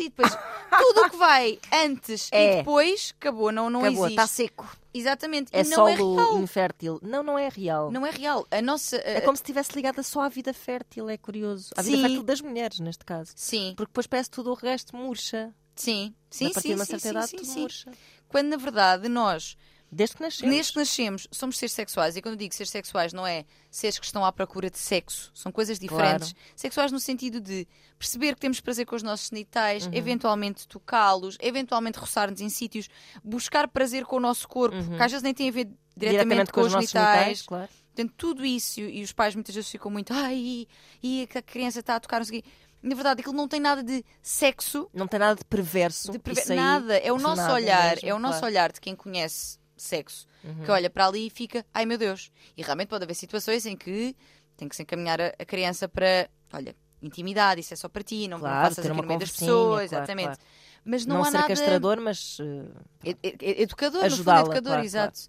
Speaker 3: e
Speaker 2: [laughs]
Speaker 3: depois tudo o que vai antes e
Speaker 2: É.
Speaker 3: depois acabou, não, não
Speaker 2: Acabou,
Speaker 3: existe.
Speaker 2: está seco.
Speaker 3: Exatamente,
Speaker 2: É
Speaker 3: e não
Speaker 2: solo
Speaker 3: é real.
Speaker 2: infértil. Não, não é real.
Speaker 3: Não é real. A nossa.
Speaker 2: É
Speaker 3: a-
Speaker 2: como se estivesse ligada só à vida fértil, é curioso. À vida
Speaker 3: Sim.
Speaker 2: fértil das mulheres, neste caso.
Speaker 3: Sim,
Speaker 2: Porque depois parece tudo o resto murcha.
Speaker 3: sim, sim,
Speaker 2: a
Speaker 3: sim,
Speaker 2: partir de uma
Speaker 3: sim,
Speaker 2: certa
Speaker 3: sim,
Speaker 2: idade,
Speaker 3: sim,
Speaker 2: tudo
Speaker 3: sim.
Speaker 2: murcha.
Speaker 3: Quando na verdade nós
Speaker 2: Desde que nascemos.
Speaker 3: Desde que nascemos, somos seres sexuais. E quando eu digo seres sexuais, não é seres que estão à procura de sexo. São coisas diferentes. Sexuais no sentido de perceber que temos prazer com os nossos genitais, eventualmente tocá-los, eventualmente roçar-nos em sítios, buscar prazer com o nosso corpo, que às vezes nem tem a ver Uhum. diretamente, com, os
Speaker 2: nossos
Speaker 3: genitais.
Speaker 2: claro.
Speaker 3: Portanto, tudo isso, e os pais muitas vezes ficam muito, ai, e, e a criança está a tocar, não sei o quê. Na verdade, aquilo não tem nada de sexo,
Speaker 2: Não tem nada de perverso.
Speaker 3: de preve-
Speaker 2: isso aí.
Speaker 3: nada. É o nosso
Speaker 2: nada
Speaker 3: olhar,
Speaker 2: mesmo,
Speaker 3: é o nosso
Speaker 2: claro.
Speaker 3: olhar de quem conhece sexo,
Speaker 2: Uhum.
Speaker 3: que olha para ali e fica, ai meu Deus. E realmente pode haver situações em que tem que se encaminhar a, a criança para, olha, intimidade, isso é só para ti, não, não
Speaker 2: Claro,
Speaker 3: faças
Speaker 2: ter
Speaker 3: aqui
Speaker 2: uma
Speaker 3: no meio das
Speaker 2: conversinha,
Speaker 3: pessoas,
Speaker 2: claro,
Speaker 3: exatamente.
Speaker 2: claro.
Speaker 3: Mas não,
Speaker 2: Não,
Speaker 3: há
Speaker 2: ser
Speaker 3: nada...
Speaker 2: castrador, mas. eh,
Speaker 3: E- e- e- Educador, no fundo,
Speaker 2: Ajudá-la,
Speaker 3: educador,
Speaker 2: claro,
Speaker 3: exato.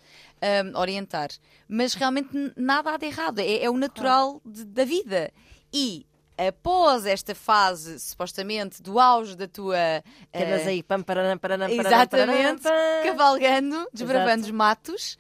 Speaker 3: Um, orientar. Mas realmente n- nada há de errado. É, é o natural de- da vida. E após esta fase, supostamente, do auge da tua.
Speaker 2: que andas
Speaker 3: eh,
Speaker 2: aí, pam, paranam, paranam, paranam,
Speaker 3: Exatamente.
Speaker 2: paranam, pam.
Speaker 3: Cavalgando, desbravando os matos.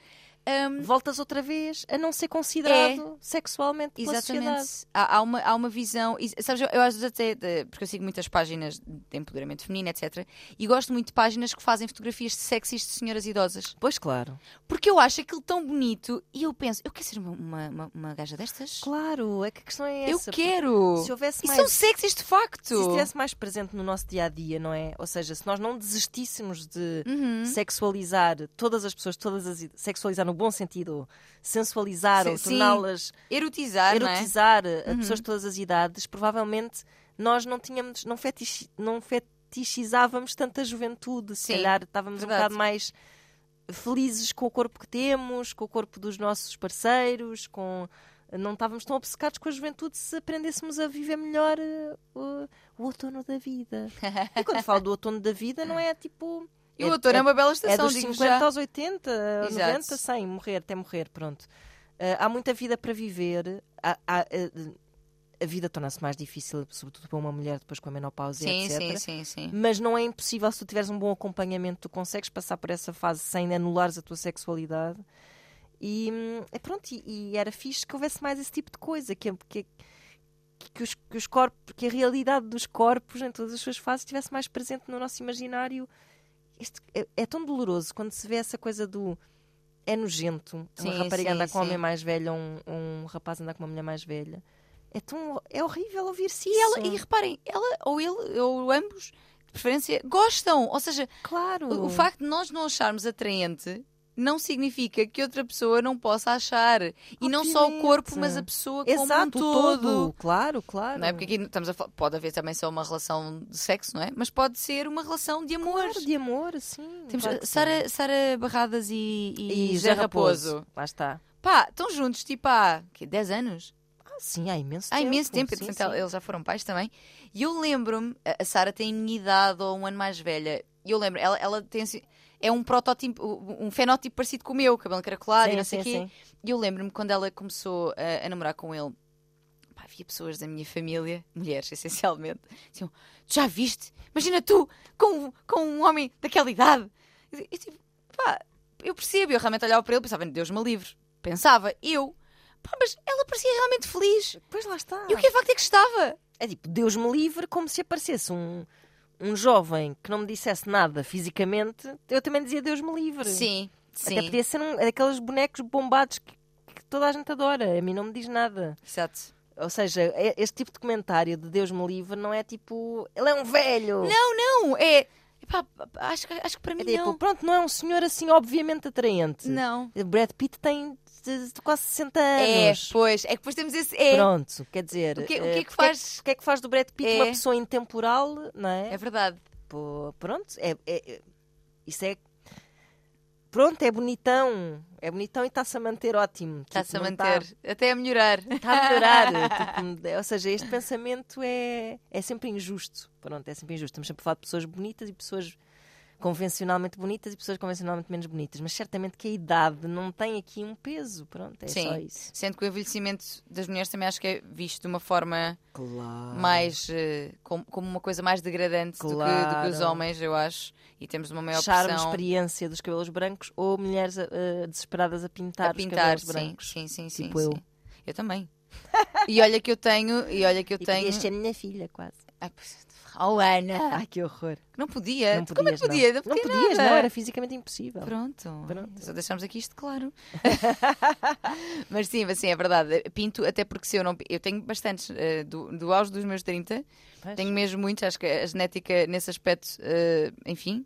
Speaker 3: um,
Speaker 2: Voltas outra vez a não ser considerado sexualmente pela sociedade.
Speaker 3: É. Exatamente. Há, há uma, há uma visão. e, Sabes, eu, eu às vezes até. de- Porque eu sigo muitas páginas de empoderamento feminino, etc. E gosto muito de páginas que fazem fotografias sexys de senhoras idosas.
Speaker 2: Pois claro.
Speaker 3: Porque eu acho aquilo tão bonito e eu penso, eu quero ser uma, uma, uma- uma gaja destas?
Speaker 2: Claro, é que a questão é
Speaker 3: eu
Speaker 2: essa.
Speaker 3: quero! é um
Speaker 2: Se houvesse
Speaker 3: E
Speaker 2: mais.
Speaker 3: são sexys de facto!
Speaker 2: Se isso estivesse mais presente no nosso dia a dia, não é? Ou seja, se nós não desistíssemos de
Speaker 3: Uhum.
Speaker 2: sexualizar todas as pessoas, todas as id- sexualizar no bom sentido, sensualizar
Speaker 3: Se-
Speaker 2: ou
Speaker 3: sim.
Speaker 2: torná-las,
Speaker 3: Erotizar, não é?
Speaker 2: erotizar a pessoas de todas as idades, provavelmente nós não tínhamos, não, fetich, não fetichizávamos tanta juventude, se
Speaker 3: Sim,
Speaker 2: calhar estávamos
Speaker 3: verdade.
Speaker 2: um bocado mais felizes com o corpo que temos, com o corpo dos nossos parceiros, com não estávamos tão obcecados com a juventude se aprendêssemos a viver melhor eh, o, o outono da
Speaker 3: [laughs]
Speaker 2: vida. E quando falo do outono da vida, não é tipo.
Speaker 3: E o
Speaker 2: é-
Speaker 3: autor é,
Speaker 2: é-
Speaker 3: uma bela
Speaker 2: é
Speaker 3: estação,
Speaker 2: dos
Speaker 3: digo
Speaker 2: 50
Speaker 3: já.
Speaker 2: aos 80, aos
Speaker 3: Exato.
Speaker 2: 90, 100, morrer, até morrer, pronto. Ah, há muita vida para viver. Há- há, ah, a vida torna-se mais difícil, sobretudo para uma mulher depois com a menopausa, e
Speaker 3: Sim,
Speaker 2: etc.
Speaker 3: sim, sim, sim.
Speaker 2: Mas não é impossível se tu tiveres um bom acompanhamento, tu consegues passar por essa fase sem anulares a tua sexualidade. E hum, é pronto, e, e era fixe que houvesse mais esse tipo de coisa, que, que, que os, que os corpos, que a realidade dos corpos em todas as suas fases estivesse mais presente no nosso imaginário. Isto é, é tão doloroso quando se vê essa coisa do é nojento, uma
Speaker 3: Sim,
Speaker 2: rapariga
Speaker 3: sim,
Speaker 2: andar com um
Speaker 3: sim.
Speaker 2: homem mais velho ou um, um rapaz andar com uma mulher mais velha. É tão é horrível ouvir-se
Speaker 3: E,
Speaker 2: isso.
Speaker 3: ela, e reparem, ela ou ele, ou ambos, de preferência, gostam. Ou seja,
Speaker 2: claro.
Speaker 3: o, o facto de nós não acharmos atraente não significa que outra pessoa não possa achar. E não só o
Speaker 2: Obviamente.
Speaker 3: corpo, mas a pessoa como
Speaker 2: Exato,
Speaker 3: um
Speaker 2: o
Speaker 3: todo.
Speaker 2: todo. Claro, claro.
Speaker 3: Não é? Porque aqui estamos a falar, pode haver também só uma relação de sexo, não é? Mas pode ser uma relação de amor.
Speaker 2: Claro, de amor, sim.
Speaker 3: Temos
Speaker 2: claro que sim.
Speaker 3: Sara, Sara Barradas e, e,
Speaker 2: E
Speaker 3: Zé Raposo.
Speaker 2: Lá está.
Speaker 3: Pá, estão juntos tipo há quê, 10 anos?
Speaker 2: Ah, sim, há imenso
Speaker 3: Há
Speaker 2: tempo.
Speaker 3: imenso tempo,
Speaker 2: sim,
Speaker 3: entretanto,
Speaker 2: sim.
Speaker 3: eles já foram pais também. E eu lembro-me, a a Sara tem minha idade ou um ano mais velha. E eu lembro, ela, ela tem assim- é um protótipo, um fenótipo parecido com o meu, cabelo encaracolado e
Speaker 2: Sim,
Speaker 3: não sei o
Speaker 2: sim,
Speaker 3: quê.
Speaker 2: sim.
Speaker 3: E eu lembro-me quando ela começou a, a namorar com ele, pá, havia pessoas da minha família, mulheres [laughs] essencialmente, diziam: Tu já viste? Imagina tu com, com um homem daquela idade. E, e tipo, pá, eu percebo, eu realmente olhava para ele e pensava: Deus me livre. Pensava, eu, pá, mas ela parecia realmente feliz.
Speaker 2: Pois lá está.
Speaker 3: E o que é facto é que estava.
Speaker 2: É tipo, Deus me livre, como se aparecesse um, um jovem que não me dissesse nada fisicamente, eu também dizia Deus me livre.
Speaker 3: Sim,
Speaker 2: Até podia ser um, aqueles bonecos bombados que, que toda a gente adora. A mim não me diz nada.
Speaker 3: Exato.
Speaker 2: Ou seja, é- este tipo de comentário de Deus me livre não é tipo, ele é um velho.
Speaker 3: Não, é. Pá, acho, que- acho que para mim
Speaker 2: É tipo,
Speaker 3: não.
Speaker 2: pronto, não é um senhor assim obviamente atraente.
Speaker 3: Não.
Speaker 2: Brad Pitt tem de- de quase 60
Speaker 3: É,
Speaker 2: anos.
Speaker 3: pois. É que depois temos esse. É.
Speaker 2: Pronto, quer dizer,
Speaker 3: O que, o que
Speaker 2: eh,
Speaker 3: é que
Speaker 2: porque
Speaker 3: faz.
Speaker 2: o que é que faz do Brad Pitt
Speaker 3: É.
Speaker 2: uma pessoa intemporal, não é?
Speaker 3: É verdade.
Speaker 2: Pô, pronto, é, é- é- isso é. Pronto, é bonitão. É bonitão e está-se a manter ótimo.
Speaker 3: Está-se
Speaker 2: tipo,
Speaker 3: a
Speaker 2: não tá-
Speaker 3: manter, até a melhorar.
Speaker 2: Está a melhorar. tipo, ou seja, este pensamento é, é sempre injusto. Pronto, é sempre injusto. Estamos sempre a falar de pessoas bonitas e pessoas convencionalmente bonitas e pessoas convencionalmente menos bonitas. Mas certamente que a idade não tem aqui um peso. Pronto, é só
Speaker 3: Sim.
Speaker 2: isso.
Speaker 3: Sendo que o envelhecimento das mulheres também acho que é visto de uma forma
Speaker 2: Claro.
Speaker 3: mais. eh, com- como, uma coisa mais degradante do, que, do que os
Speaker 2: Claro.
Speaker 3: homens, eu acho. E temos uma maior
Speaker 2: Charme,
Speaker 3: pressão
Speaker 2: experiência dos cabelos brancos ou mulheres ah, desesperadas a pintar,
Speaker 3: a
Speaker 2: os cabelos
Speaker 3: pintar. Sim,
Speaker 2: brancos.
Speaker 3: sim, sim, sim,
Speaker 2: Tipo
Speaker 3: sim.
Speaker 2: eu.
Speaker 3: Eu também. E olha que eu tenho. E olha que eu
Speaker 2: Tipo, E é Ah.
Speaker 3: tenho.
Speaker 2: podias ser minha filha, quase.
Speaker 3: Ah, pois, Oh, Ana!
Speaker 2: Ai, que horror.
Speaker 3: Não podia.
Speaker 2: não podias,
Speaker 3: como é que podia? Não,
Speaker 2: Não,
Speaker 3: podia
Speaker 2: podias,
Speaker 3: nada.
Speaker 2: não, era fisicamente impossível.
Speaker 3: Pronto.
Speaker 2: Pronto.
Speaker 3: Só deixamos aqui isto claro. [laughs] mas sim, mas sim, é verdade. Pinto, até porque se eu não. Eu tenho bastantes. eh, do, do auge dos meus 30,
Speaker 2: Pois.
Speaker 3: tenho mesmo muitos. Acho que a genética, nesse aspecto, eh, enfim.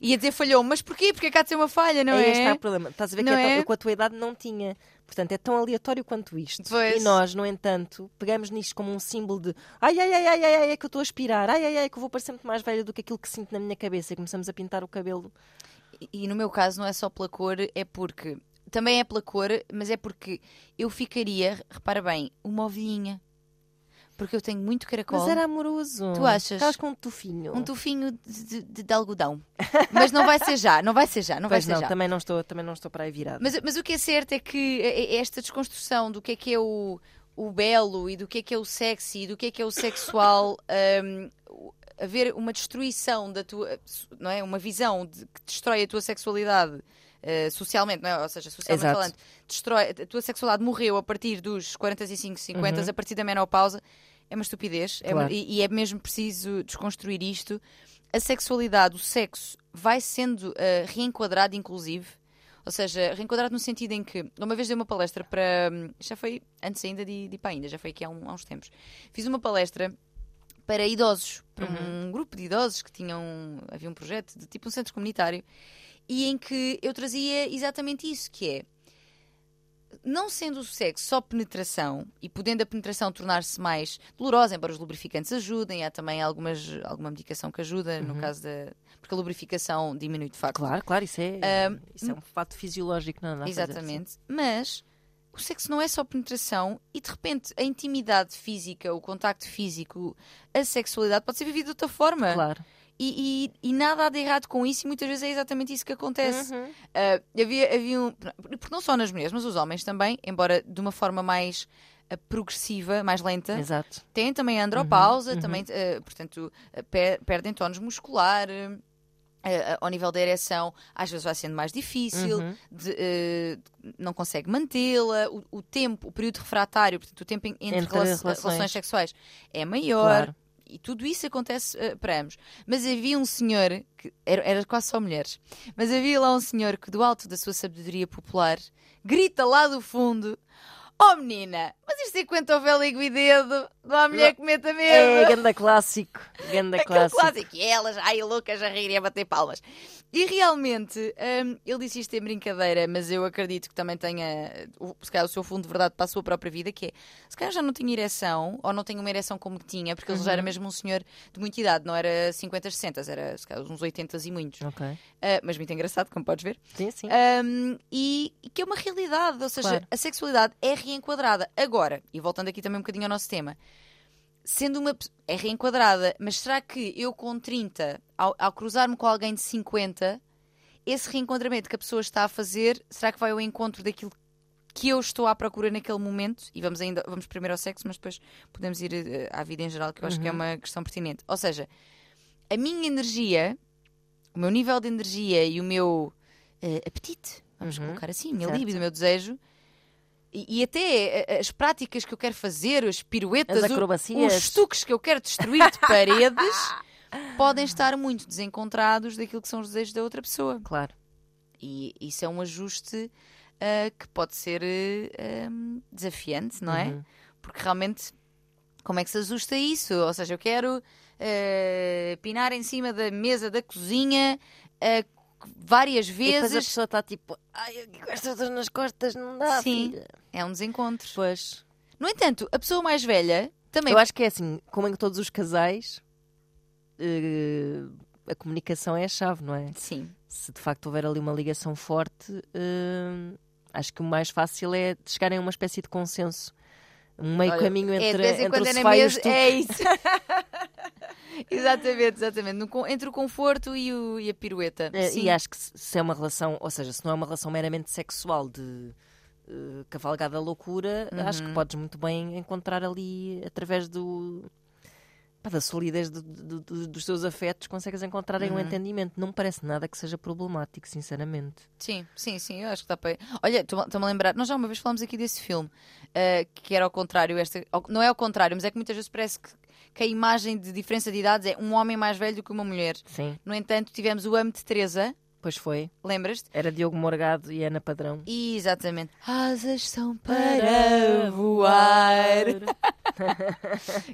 Speaker 3: Ia dizer falhou, mas porquê? Porque cá de ser uma falha, não
Speaker 2: Aí
Speaker 3: é?
Speaker 2: está o problema. Estás a ver
Speaker 3: Não
Speaker 2: que é tão-
Speaker 3: é?
Speaker 2: eu com a tua idade não tinha. Portanto, é tão aleatório quanto isto.
Speaker 3: Pois.
Speaker 2: E nós, no entanto, pegamos nisto como um símbolo de ai, ai, ai, ai, ai, ai, é que eu estou a aspirar, ai, ai, ai, que eu vou parecer muito mais velha do que aquilo que sinto na minha cabeça e começamos a pintar o cabelo.
Speaker 3: E, e no meu caso não é só pela cor, é porque. Também é pela cor, mas é porque eu ficaria, repara bem, uma ovelhinha. Porque eu tenho muito caracol.
Speaker 2: Mas era amoroso.
Speaker 3: Tu achas?
Speaker 2: Estavas com um tufinho.
Speaker 3: Um tufinho de, de- de algodão. Mas não vai ser já, não vai ser já, não
Speaker 2: Pois
Speaker 3: vai ser
Speaker 2: não,
Speaker 3: já.
Speaker 2: também não estou, também não estou para aí virada.
Speaker 3: Mas, mas o que é certo é que eh, eh, esta desconstrução do que é que é o, o belo e do que é que é o sexy e do que é que é o sexual, hum, o- haver uma destruição da tua, não é? Uma visão de- que destrói a tua sexualidade eh, socialmente, não é? Ou seja, socialmente
Speaker 2: Exato.
Speaker 3: falando, destrói, a tua sexualidade morreu a partir dos 45, 50,
Speaker 2: Uhum.
Speaker 3: a partir da menopausa, é uma estupidez É uma-
Speaker 2: Claro.
Speaker 3: e, e é mesmo preciso desconstruir isto. A sexualidade, o sexo, vai sendo eh, reenquadrado, inclusive. Ou seja, reenquadrado no sentido em que, uma vez dei uma palestra para. hum, Já foi antes ainda de, de ir para ainda, já foi aqui há, um- há uns tempos. Fiz uma palestra para idosos, para
Speaker 2: Uhum.
Speaker 3: um grupo de idosos que tinham. Havia um projeto de tipo um centro comunitário e em que eu trazia exatamente isso, que é não sendo o sexo só penetração e podendo a penetração tornar-se mais dolorosa, embora os lubrificantes ajudem, há também algumas, alguma medicação que ajuda, no caso da. Porque a lubrificação diminui de facto.
Speaker 2: Uhum. Claro, claro, isso é, isso é um fato fisiológico, não, é assim. não há coisa
Speaker 3: Exatamente. Mas o sexo não é só penetração e de repente a intimidade física, o contacto físico, a sexualidade pode ser vivida de outra forma.
Speaker 2: assim. Claro.
Speaker 3: E, e- e nada há de errado com isso, e muitas vezes é exatamente isso que
Speaker 2: Uhum.
Speaker 3: acontece. Ah, havia, havia um. Porque não só nas mulheres, mas os homens também, embora de uma forma mais ah, progressiva, mais lenta,
Speaker 2: Exato.
Speaker 3: têm também
Speaker 2: Uhum.
Speaker 3: a andropausa, também, eh, portanto, eh, pe- perdem tonos muscular. eh, eh, ao nível da ereção, às vezes vai sendo mais difícil,
Speaker 2: Uhum.
Speaker 3: de, eh, não consegue mantê-la, o, o tempo, o período refratário, portanto, o tempo en- entre,
Speaker 2: Entre
Speaker 3: relações.
Speaker 2: relações.
Speaker 3: relações sexuais é maior,
Speaker 2: Claro.
Speaker 3: e tudo isso acontece eh, para ambos. Mas havia um senhor, que era, era quase só mulheres, mas havia lá um senhor que, do alto da sua sabedoria popular, grita lá do fundo: Oh menina, mas isto é quanto houver língua e dedo, não há mulher que meta
Speaker 2: É,
Speaker 3: mesmo.
Speaker 2: ganda clássico. Ganda
Speaker 3: Aquele
Speaker 2: clássico.
Speaker 3: É clássico, e elas, ai loucas, a rir e a bater palmas. E realmente, hum, ele disse isto em brincadeira, mas eu acredito que também tenha, o- se calhar, o seu fundo de verdade para a sua própria vida, que é, se calhar já não tinha ereção, ou não tenho uma ereção como que tinha, porque ele já era mesmo um senhor de muita idade, não era 50, 60, era se calhar uns 80 e muitos.
Speaker 2: Ok.
Speaker 3: Ah, mas muito engraçado, como podes ver.
Speaker 2: Sim, sim.
Speaker 3: Um, e, e que é uma realidade, ou seja,
Speaker 2: Claro.
Speaker 3: a sexualidade é reenquadrada. Agora, e voltando aqui também um bocadinho ao nosso tema, sendo uma. pe- é reenquadrada, mas será que eu com 30, ao, ao cruzar-me com alguém de 50, esse reenquadramento que a pessoa está a fazer, será que vai ao encontro daquilo que eu estou à procura naquele momento? E vamos ainda vamos primeiro ao sexo, mas depois podemos ir eh, à vida em geral, que eu acho que é uma questão pertinente. Ou seja, a minha energia, o meu nível de energia e o meu eh, apetite, vamos
Speaker 2: Uhum.
Speaker 3: colocar assim, o meu
Speaker 2: Certo.
Speaker 3: líbido, o meu desejo, e, e até eh, as práticas que eu quero fazer, as piruetas,
Speaker 2: As
Speaker 3: o-
Speaker 2: acrobacias.
Speaker 3: os estuques que eu quero destruir
Speaker 2: [laughs]
Speaker 3: de paredes, podem estar muito desencontrados daquilo que são os desejos da outra pessoa.
Speaker 2: Claro.
Speaker 3: E isso é um ajuste ah, que pode ser eh, hum, desafiante, não é?
Speaker 2: Uhum.
Speaker 3: Porque realmente, como é que se ajusta isso? Ou seja, eu quero eh, pinar em cima da mesa da cozinha eh, várias
Speaker 2: E depois a
Speaker 3: vezes.
Speaker 2: pessoa está tipo, ai, eu com estas dores nas costas não dá.
Speaker 3: Sim.
Speaker 2: filha."
Speaker 3: É um desencontro.
Speaker 2: Pois.
Speaker 3: No entanto, a pessoa mais velha também.
Speaker 2: Eu acho que é assim, como em todos os casais, eh, a comunicação é a chave, não é?
Speaker 3: Sim.
Speaker 2: se de facto houver ali uma ligação forte, hum, acho que o mais fácil é de chegarem a uma espécie de consenso. Um meio
Speaker 3: Olha,
Speaker 2: caminho
Speaker 3: é, de
Speaker 2: entre,
Speaker 3: vez em
Speaker 2: entre
Speaker 3: quando
Speaker 2: o
Speaker 3: é na
Speaker 2: sofá e o
Speaker 3: mesa.
Speaker 2: estuque.
Speaker 3: É isso. [laughs] exatamente, exatamente. No con- entre o conforto e, o- e a pirueta.
Speaker 2: Eh,
Speaker 3: Sim.
Speaker 2: E acho que se- se é uma relação, ou seja, se não é uma relação meramente sexual de eh, cavalgada à loucura, acho que podes muito bem encontrar ali através do. pá, Da solidez do- do- do- dos teus afetos, consegues encontrar aí um entendimento. Não me parece nada que seja problemático, sinceramente.
Speaker 3: Sim, sim, sim, eu acho que dá para. Olha, estou-me a lembrar, nós já uma vez falámos aqui desse filme, eh, que era ao contrário, esta... ao- não é ao contrário, mas é que muitas vezes parece que, que a imagem de diferença de idades é um homem mais velho do que uma mulher.
Speaker 2: Sim,
Speaker 3: No entanto, tivemos o Amo de Teresa,
Speaker 2: pois foi.
Speaker 3: lembras-te?
Speaker 2: Era Diogo Morgado e Ana Padrão.
Speaker 3: E, Exatamente. Asas são para voar.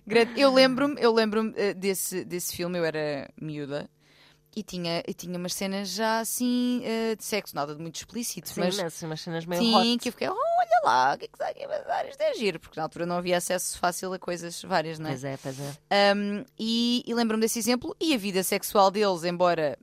Speaker 3: Grande- Eu lembro-me, eu lembro-me eh, desse, desse filme, eu era miúda. E tinha, e tinha umas cenas já assim eh, de sexo, nada de muito explícito,
Speaker 2: Sim,
Speaker 3: mas
Speaker 2: mas umas cenas meio
Speaker 3: Sim,
Speaker 2: hot.
Speaker 3: que eu fiquei, "Oh, olha lá, o que é que está aqui a passar? Isto é giro, porque na altura não havia acesso fácil a coisas várias, não é?
Speaker 2: Pois é, pois é.
Speaker 3: Um, e e lembro-me desse exemplo e a vida sexual deles, embora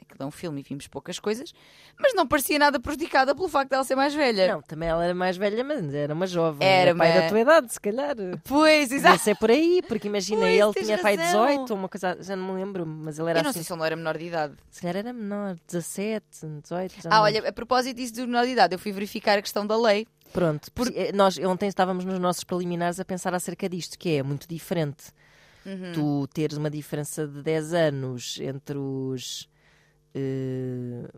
Speaker 3: aquilo de um filme e vimos poucas coisas, mas não parecia nada prejudicada pelo facto de ela ser mais velha.
Speaker 2: Não, também ela era mais velha, mas era uma jovem.
Speaker 3: Era
Speaker 2: Era pai
Speaker 3: uma-
Speaker 2: da tua idade, se calhar.
Speaker 3: Pois,
Speaker 2: Devia
Speaker 3: exato.
Speaker 2: ser por aí, porque imagina,
Speaker 3: Pois,
Speaker 2: ele
Speaker 3: tens
Speaker 2: tinha pai
Speaker 3: razão.
Speaker 2: 18 ou uma coisa, já não me lembro, mas ele era
Speaker 3: Eu não
Speaker 2: assim.
Speaker 3: sei se ele não era menor de idade.
Speaker 2: Se calhar era menor, 17, 18. já
Speaker 3: Ah,
Speaker 2: não-
Speaker 3: olha, a propósito disso de menor de idade, eu fui verificar a questão da lei.
Speaker 2: Pronto, por- eh, nós ontem estávamos nos nossos preliminares a pensar acerca disto, que é muito diferente.
Speaker 3: Uhum.
Speaker 2: Tu teres uma diferença de 10 anos entre os eh,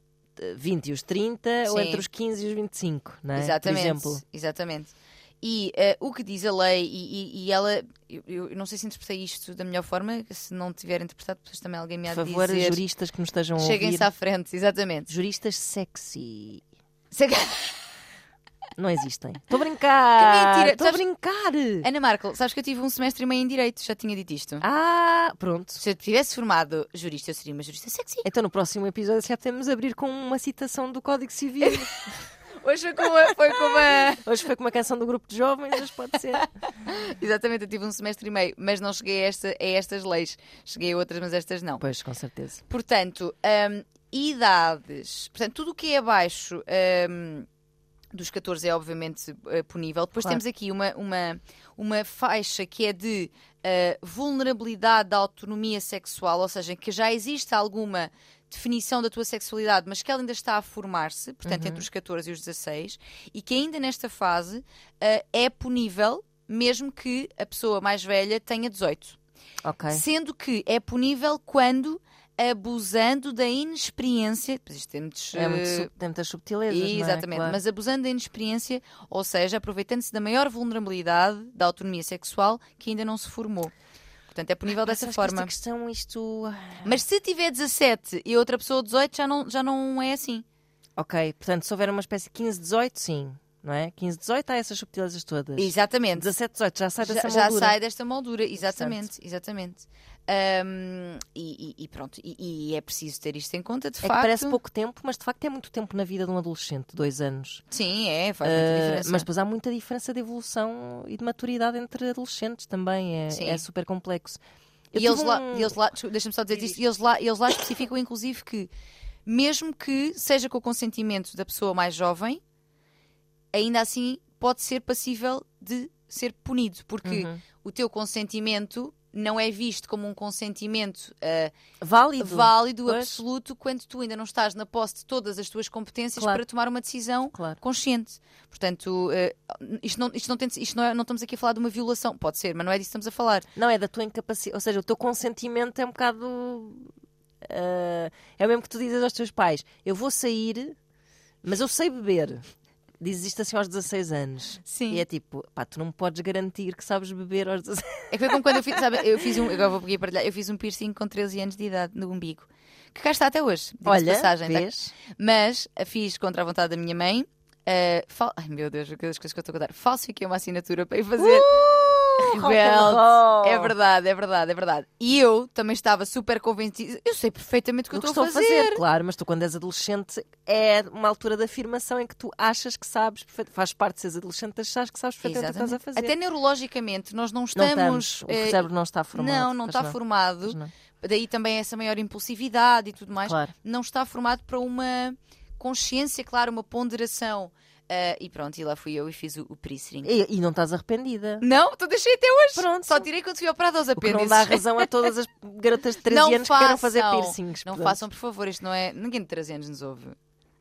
Speaker 2: 20 e os 30 ou
Speaker 3: Sim.
Speaker 2: entre os 15 e os 25, não é?
Speaker 3: Exatamente.
Speaker 2: Por exemplo.
Speaker 3: Exatamente. E eh, o que diz a lei, e, e- e ela, eu, eu não sei se interpretei isto da melhor forma, se não tiver interpretado, depois também alguém me há
Speaker 2: Por
Speaker 3: de
Speaker 2: favor,
Speaker 3: dizer.
Speaker 2: juristas que nos estejam a ouvir.
Speaker 3: Cheguem-se à frente, exatamente.
Speaker 2: Juristas sexy.
Speaker 3: Se-
Speaker 2: Não existem. Estou a brincar.
Speaker 3: Que mentira.
Speaker 2: Estou a
Speaker 3: Sabes-
Speaker 2: brincar.
Speaker 3: Ana Markel, sabes que eu tive um semestre e meio em Direito, já tinha dito isto.
Speaker 2: Ah, pronto.
Speaker 3: Se eu tivesse formado jurista, eu seria uma jurista sexy.
Speaker 2: Então no próximo episódio já podemos abrir com uma citação do Código [laughs] Civil.
Speaker 3: Hoje foi com uma. Foi com uma...
Speaker 2: Hoje foi com uma canção do grupo de jovens, hoje pode ser.
Speaker 3: [laughs] Exatamente, eu tive um semestre e meio, mas não cheguei a, esta- a estas leis. Cheguei a outras, mas estas não.
Speaker 2: Pois, com certeza.
Speaker 3: Portanto, hum, idades. Portanto, tudo o que é abaixo hum, dos 14 é obviamente eh, punível. Depois
Speaker 2: Claro.
Speaker 3: temos aqui uma, uma, uma faixa que é de eh, vulnerabilidade da autonomia sexual, ou seja, que já existe alguma definição da tua sexualidade, mas que ela ainda está a formar-se, portanto, entre os 14 e os 16, e que ainda nesta fase eh, é punível, mesmo que a pessoa mais velha tenha 18.
Speaker 2: Ok.
Speaker 3: Sendo que é punível quando abusando da inexperiência. Pois isto tem muitos,
Speaker 2: É muito,
Speaker 3: eh,
Speaker 2: sub- tem muitas subtilezas. não é?
Speaker 3: Exatamente,
Speaker 2: Claro.
Speaker 3: mas abusando da inexperiência, ou seja, aproveitando-se da maior vulnerabilidade da autonomia sexual que ainda não se formou. Portanto, é punível
Speaker 2: Mas
Speaker 3: dessa
Speaker 2: Ah, sabes que esta
Speaker 3: forma.
Speaker 2: questão, isto. ah,
Speaker 3: Mas se tiver 17 e outra pessoa 18, já não, já não é assim.
Speaker 2: Ok, portanto, se houver uma espécie de 15, 18, sim. Não é? 15, 18 há essas subtilezas todas.
Speaker 3: Exatamente.
Speaker 2: 17, 18 já sai
Speaker 3: já,
Speaker 2: é dessa
Speaker 3: já
Speaker 2: moldura.
Speaker 3: sai desta moldura, exatamente, exatamente. Ahm, e, e- e pronto, e, e é preciso ter isto em conta, de
Speaker 2: É que
Speaker 3: facto.
Speaker 2: parece pouco tempo, mas de facto é muito tempo na vida de um adolescente, dois anos.
Speaker 3: Sim, é, faz muita
Speaker 2: Ah,
Speaker 3: diferença.
Speaker 2: mas depois há muita diferença de evolução e de maturidade entre adolescentes também. É,
Speaker 3: Sim.
Speaker 2: é super complexo. Eu
Speaker 3: E eles,
Speaker 2: tive
Speaker 3: lá,
Speaker 2: um-
Speaker 3: e eles lá, desculpa, deixa-me só dizer
Speaker 2: Diz
Speaker 3: isto, e eles lá, eles lá especificam inclusive que, mesmo que seja com o consentimento da pessoa mais jovem, ainda assim pode ser passível de ser punido, porque
Speaker 2: Uhum.
Speaker 3: o teu consentimento não é visto como um consentimento ah,
Speaker 2: Válido.
Speaker 3: válido,
Speaker 2: Pois.
Speaker 3: absoluto, quando tu ainda não estás na posse de todas as tuas competências
Speaker 2: Claro.
Speaker 3: para tomar uma decisão
Speaker 2: Claro.
Speaker 3: consciente. Portanto, eh, isto, não, isto, não tem, isto não, é- não estamos aqui a falar de uma violação, pode ser, mas não é disso que estamos a falar.
Speaker 2: Não, é da tua incapacidade. Ou seja, o teu consentimento é um bocado. ah, é o mesmo que tu dizes aos teus pais: eu vou sair, mas eu sei beber. Dizes isto assim aos 16 anos.
Speaker 3: Sim.
Speaker 2: E é tipo, pá, tu não me podes garantir que sabes beber aos 16
Speaker 3: É que foi como quando eu fiz, sabe, eu fiz um, agora vou pegar para partilhar, eu fiz um piercing com 13 anos de idade no umbigo, que cá está até hoje, diga-se de
Speaker 2: Olha,
Speaker 3: passagem, tá? [laughs]
Speaker 2: vês?
Speaker 3: mas a fiz contra a vontade da minha mãe. eh, fal- Ai meu Deus, aquelas coisas que eu estou a contar. Falsifiquei uma assinatura para ir fazer.
Speaker 2: Uh, rock and roll.
Speaker 3: É verdade, é verdade, é verdade. E eu também estava super convencida. Eu sei perfeitamente o que
Speaker 2: Do
Speaker 3: eu
Speaker 2: que estou a fazer.
Speaker 3: fazer.
Speaker 2: claro, mas tu quando és adolescente é uma altura de afirmação em que tu achas que sabes, perfeito- faz parte de seres adolescente, achas que sabes perfeitamente o que estás a fazer.
Speaker 3: Até neurologicamente, nós não
Speaker 2: não
Speaker 3: estamos.
Speaker 2: estamos, o
Speaker 3: eh,
Speaker 2: cérebro não está formado.
Speaker 3: não, não
Speaker 2: pois
Speaker 3: está formado.
Speaker 2: Pois não.
Speaker 3: Daí também essa maior impulsividade e tudo mais.
Speaker 2: Claro.
Speaker 3: não está formado para uma consciência, claro, uma ponderação. Ah, e pronto, e lá fui eu e fiz o, o piercing.
Speaker 2: E, e não estás arrependida.
Speaker 3: Não, então deixei até hoje.
Speaker 2: Pronto.
Speaker 3: Só tirei quando fui operada aos
Speaker 2: O que
Speaker 3: apêndices.
Speaker 2: não dá razão a todas as garotas de 13
Speaker 3: Não
Speaker 2: anos que queiram fazer
Speaker 3: façam.
Speaker 2: piercings.
Speaker 3: Não
Speaker 2: portanto.
Speaker 3: façam, por favor, isto não é. Ninguém de 13 anos nos ouve.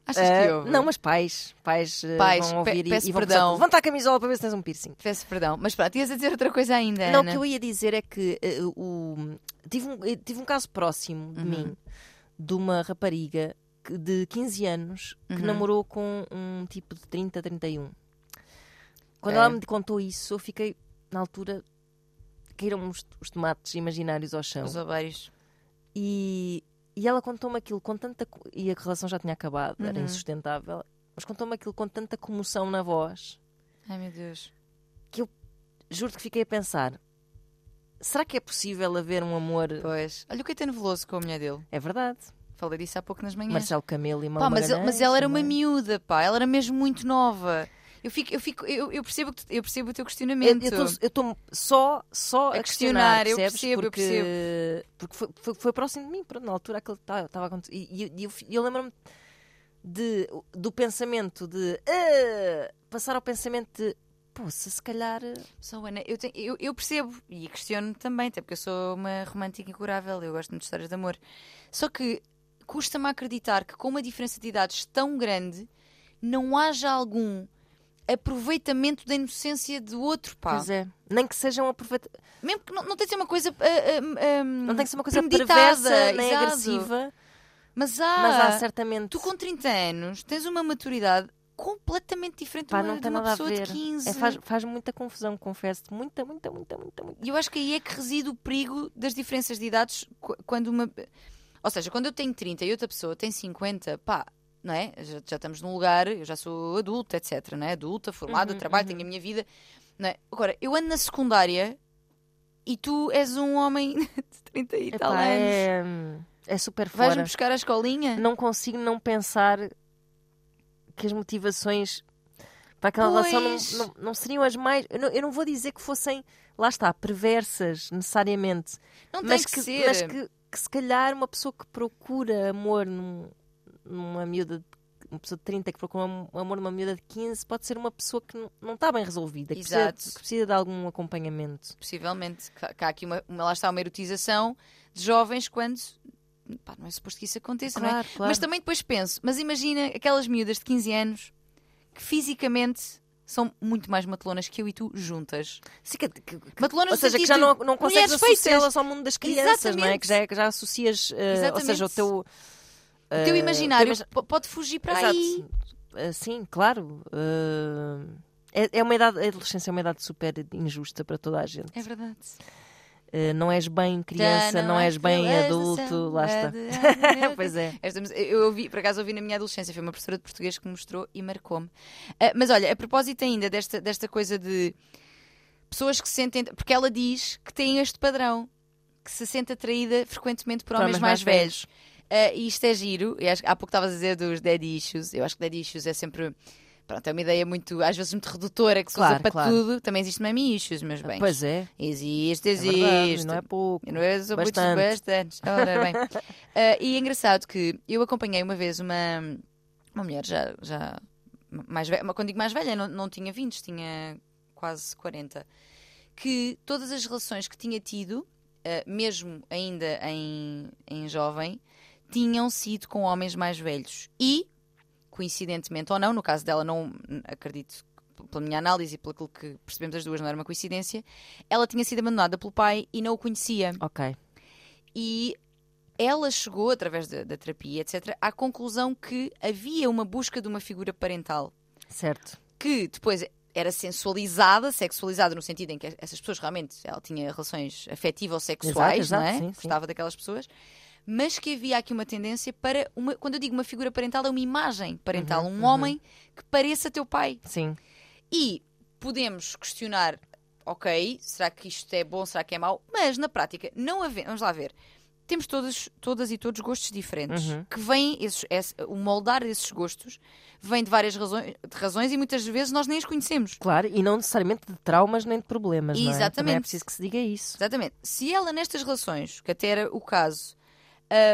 Speaker 3: Achas que
Speaker 2: Ah,
Speaker 3: ouve?
Speaker 2: não, mas pais, pais, eh,
Speaker 3: Pais,
Speaker 2: vão ouvir
Speaker 3: pe-
Speaker 2: e,
Speaker 3: peço
Speaker 2: e vão
Speaker 3: perdão.
Speaker 2: pensar, levanta a camisola para ver se tens um piercing.
Speaker 3: Peço perdão. Mas pronto, ias a dizer outra coisa ainda.
Speaker 2: Não, o
Speaker 3: Ana.
Speaker 2: que eu ia dizer é que eh, o, tive, um, eh, tive um caso próximo de
Speaker 3: Uhum.
Speaker 2: mim, de uma rapariga que- de 15 anos que
Speaker 3: Uhum.
Speaker 2: namorou com um tipo de 30, 31. Quando
Speaker 3: Ok.
Speaker 2: ela me contou isso, eu fiquei, na altura, caíram os, os tomates imaginários ao chão.
Speaker 3: Os ovários.
Speaker 2: E, e ela contou-me aquilo com tanta. co- E a relação já tinha acabado, era
Speaker 3: Uhum.
Speaker 2: insustentável. Mas contou-me aquilo com tanta comoção na voz.
Speaker 3: Ai meu Deus.
Speaker 2: Juro que fiquei a pensar: será que é possível haver um amor?
Speaker 3: Pois. Olha o Caetano Veloso com a mulher dele.
Speaker 2: É verdade.
Speaker 3: Falei disso há pouco nas manhãs.
Speaker 2: Marcelo Camelo e Mauro
Speaker 3: Pá, mas, ele-
Speaker 2: Magalhães, é?
Speaker 3: mas ela era uma
Speaker 2: também.
Speaker 3: miúda, pá. Ela era mesmo muito nova. Eu, fico, eu, fico, eu, eu percebo, que tu- eu percebo o teu
Speaker 2: Eu
Speaker 3: questionamento.
Speaker 2: estou só, só a,
Speaker 3: A questionar, eu
Speaker 2: percebes?
Speaker 3: percebo, eu
Speaker 2: porque, Porque foi, foi- foi próximo de mim, pronto, na altura aquilo estava a acontecer. E, e- e eu, fi- eu lembro-me de- do pensamento de. "Ah", passar ao pensamento de. Poxa, se calhar.
Speaker 3: Sou Ana, eu, tenho- eu- eu percebo e questiono também, até porque eu sou uma romântica incurável, eu gosto muito de histórias de amor. Só que custa-me acreditar que, com uma diferença de idades tão grande, não haja algum aproveitamento da inocência do outro, pá.
Speaker 2: Pois é. Nem que sejam aproveitados.
Speaker 3: Mesmo que não, não tem de ser uma coisa. ah, ah, ah,
Speaker 2: Não tem que ser uma coisa
Speaker 3: premeditada,
Speaker 2: perversa, nem
Speaker 3: exato.
Speaker 2: agressiva,
Speaker 3: Mas há.
Speaker 2: mas há certamente.
Speaker 3: Tu, com 30 anos, tens uma maturidade completamente diferente
Speaker 2: Pá,
Speaker 3: de uma,
Speaker 2: não tem
Speaker 3: de uma
Speaker 2: nada a
Speaker 3: pessoa
Speaker 2: ver.
Speaker 3: de 15.
Speaker 2: É, faz, faz muita confusão, confesso-te. Muita, muita, muita, muita, muita.
Speaker 3: E eu acho que aí é que reside o perigo das diferenças de idades qu- quando uma. Ou seja, quando eu tenho 30 e outra pessoa tem 50, pá, não é? Já, já estamos num lugar, eu já sou adulta, etc. Não é? Adulta, formada,
Speaker 2: Uhum,
Speaker 3: trabalho, tenho a minha vida. Não é? Agora, eu ando na secundária e tu és um homem [laughs] de 30 e
Speaker 2: Epá,
Speaker 3: tal anos.
Speaker 2: é, é super fora.
Speaker 3: Vais-me buscar à escolinha?
Speaker 2: não consigo não pensar que as motivações para aquela
Speaker 3: Pois.
Speaker 2: relação não, não- não seriam as mais. Eu não, eu não vou dizer que fossem, lá está, perversas necessariamente,
Speaker 3: Não, tens
Speaker 2: mas,
Speaker 3: que,
Speaker 2: que,
Speaker 3: ser.
Speaker 2: mas que, que se calhar uma pessoa que procura amor num- numa miúda de. Uma pessoa de 30 que procura am- amor numa miúda de 15 pode ser uma pessoa que não, não está bem resolvida, que precisa,
Speaker 3: Exato.
Speaker 2: que precisa de algum acompanhamento.
Speaker 3: Possivelmente. Que há- que há aqui uma, uma- lá está uma erotização de jovens quando. Pá, não é suposto que isso aconteça, não é?
Speaker 2: claro.
Speaker 3: Mas também depois penso, mas imagina aquelas miúdas de 15 anos que fisicamente são muito mais matelonas que eu e tu juntas.
Speaker 2: Sim, que- que- que-
Speaker 3: Matelonas
Speaker 2: Ou
Speaker 3: no
Speaker 2: seja, que
Speaker 3: sentido
Speaker 2: já não,
Speaker 3: tipo de
Speaker 2: não
Speaker 3: mulheres
Speaker 2: consegues
Speaker 3: feitas.
Speaker 2: associá-las ao mundo das crianças, não é?
Speaker 3: Exatamente.
Speaker 2: Que já, que já associas, eh, ou
Speaker 3: Exatamente.
Speaker 2: seja, o teu.
Speaker 3: O
Speaker 2: eh,
Speaker 3: teu imaginário
Speaker 2: imagi-
Speaker 3: po- pode fugir para
Speaker 2: Exato.
Speaker 3: aí.
Speaker 2: Eh, sim, claro. eh, é, é uma idade, a adolescência é uma idade super injusta para toda a gente.
Speaker 3: É verdade.
Speaker 2: Eh, não és bem criança,
Speaker 3: Já
Speaker 2: não és bem
Speaker 3: és assim, é
Speaker 2: adulto, lá [laughs] está.
Speaker 3: adulto.
Speaker 2: pois é.
Speaker 3: Esta música- eu ouvi, por acaso ouvi na minha adolescência, foi uma professora de português que me mostrou e marcou-me. Ah, mas olha, a propósito ainda desta, desta coisa de pessoas que se sentem, porque ela diz que têm este padrão, que se sente atraída frequentemente por
Speaker 2: Para
Speaker 3: homens
Speaker 2: homens
Speaker 3: mais,
Speaker 2: mais
Speaker 3: velhos. Ah, e isto é giro, e acho- há pouco estavas a dizer dos dead issues, eu acho que dead issues é sempre. Pronto, é uma ideia muito, às vezes, muito redutora que se usa
Speaker 2: Claro,
Speaker 3: para
Speaker 2: claro.
Speaker 3: tudo. Também existe mami issues, meus bens.
Speaker 2: Pois é.
Speaker 3: Existe,
Speaker 2: é
Speaker 3: existe.
Speaker 2: verdade, não é pouco.
Speaker 3: Eu Não é sou muitos
Speaker 2: Bastante.
Speaker 3: bastantes. Ora bem. Ah, e é engraçado que eu acompanhei uma vez uma, uma mulher já, já mais velha, mas quando digo mais velha, não, não tinha 20, tinha quase 40, que todas as relações que tinha tido, ah, mesmo ainda em, em jovem, tinham sido com homens mais velhos. E, coincidentemente ou não, no caso dela, não acredito que, pela minha análise e pelo aquilo que percebemos as duas, não era uma coincidência, ela tinha sido abandonada pelo pai e não o conhecia.
Speaker 2: Ok.
Speaker 3: E ela chegou, através da, da terapia, etc., à conclusão que havia uma busca de uma figura parental
Speaker 2: Certo.
Speaker 3: que depois era sensualizada, sexualizada, no sentido em que essas pessoas realmente ela tinha relações afetivas ou sexuais,
Speaker 2: Exato, exato,
Speaker 3: não é?
Speaker 2: sim, sim.
Speaker 3: Gostava daquelas pessoas. Mas que havia aqui uma tendência para. Uma, quando eu digo uma figura parental, é uma imagem parental,
Speaker 2: Uhum,
Speaker 3: um homem que pareça teu pai.
Speaker 2: Sim.
Speaker 3: E podemos questionar, ok, será que isto é bom, será que é mau? Mas na prática, não havendo, vamos lá ver. Temos todos, todas e todos gostos diferentes.
Speaker 2: Uhum.
Speaker 3: Que vêm esses- esse- o moldar desses gostos vem de várias razões, de razões e muitas vezes nós nem as conhecemos.
Speaker 2: Claro, e não necessariamente de traumas nem de problemas, não é? Também
Speaker 3: Exatamente.
Speaker 2: é preciso que se diga isso.
Speaker 3: Exatamente. Se ela, nestas relações, que até era o caso,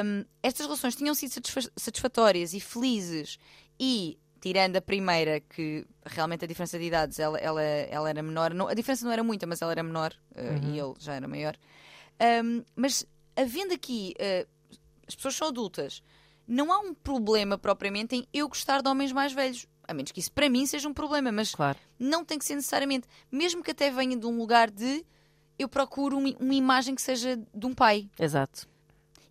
Speaker 3: hum, estas relações tinham sido satisfa- satisfatórias e felizes, e tirando a primeira, que realmente a diferença de idades ela, ela, ela era menor, não- a diferença não era muita, mas ela era menor uh, e ele já era maior. Hum, mas havendo aqui, uh, as pessoas são adultas, não há um problema propriamente em eu gostar de homens mais velhos. A menos que isso para mim seja um problema, mas
Speaker 2: Claro.
Speaker 3: não tem que ser necessariamente, mesmo que até venha de um lugar de eu procuro uma, uma imagem que seja de um pai.
Speaker 2: Exato.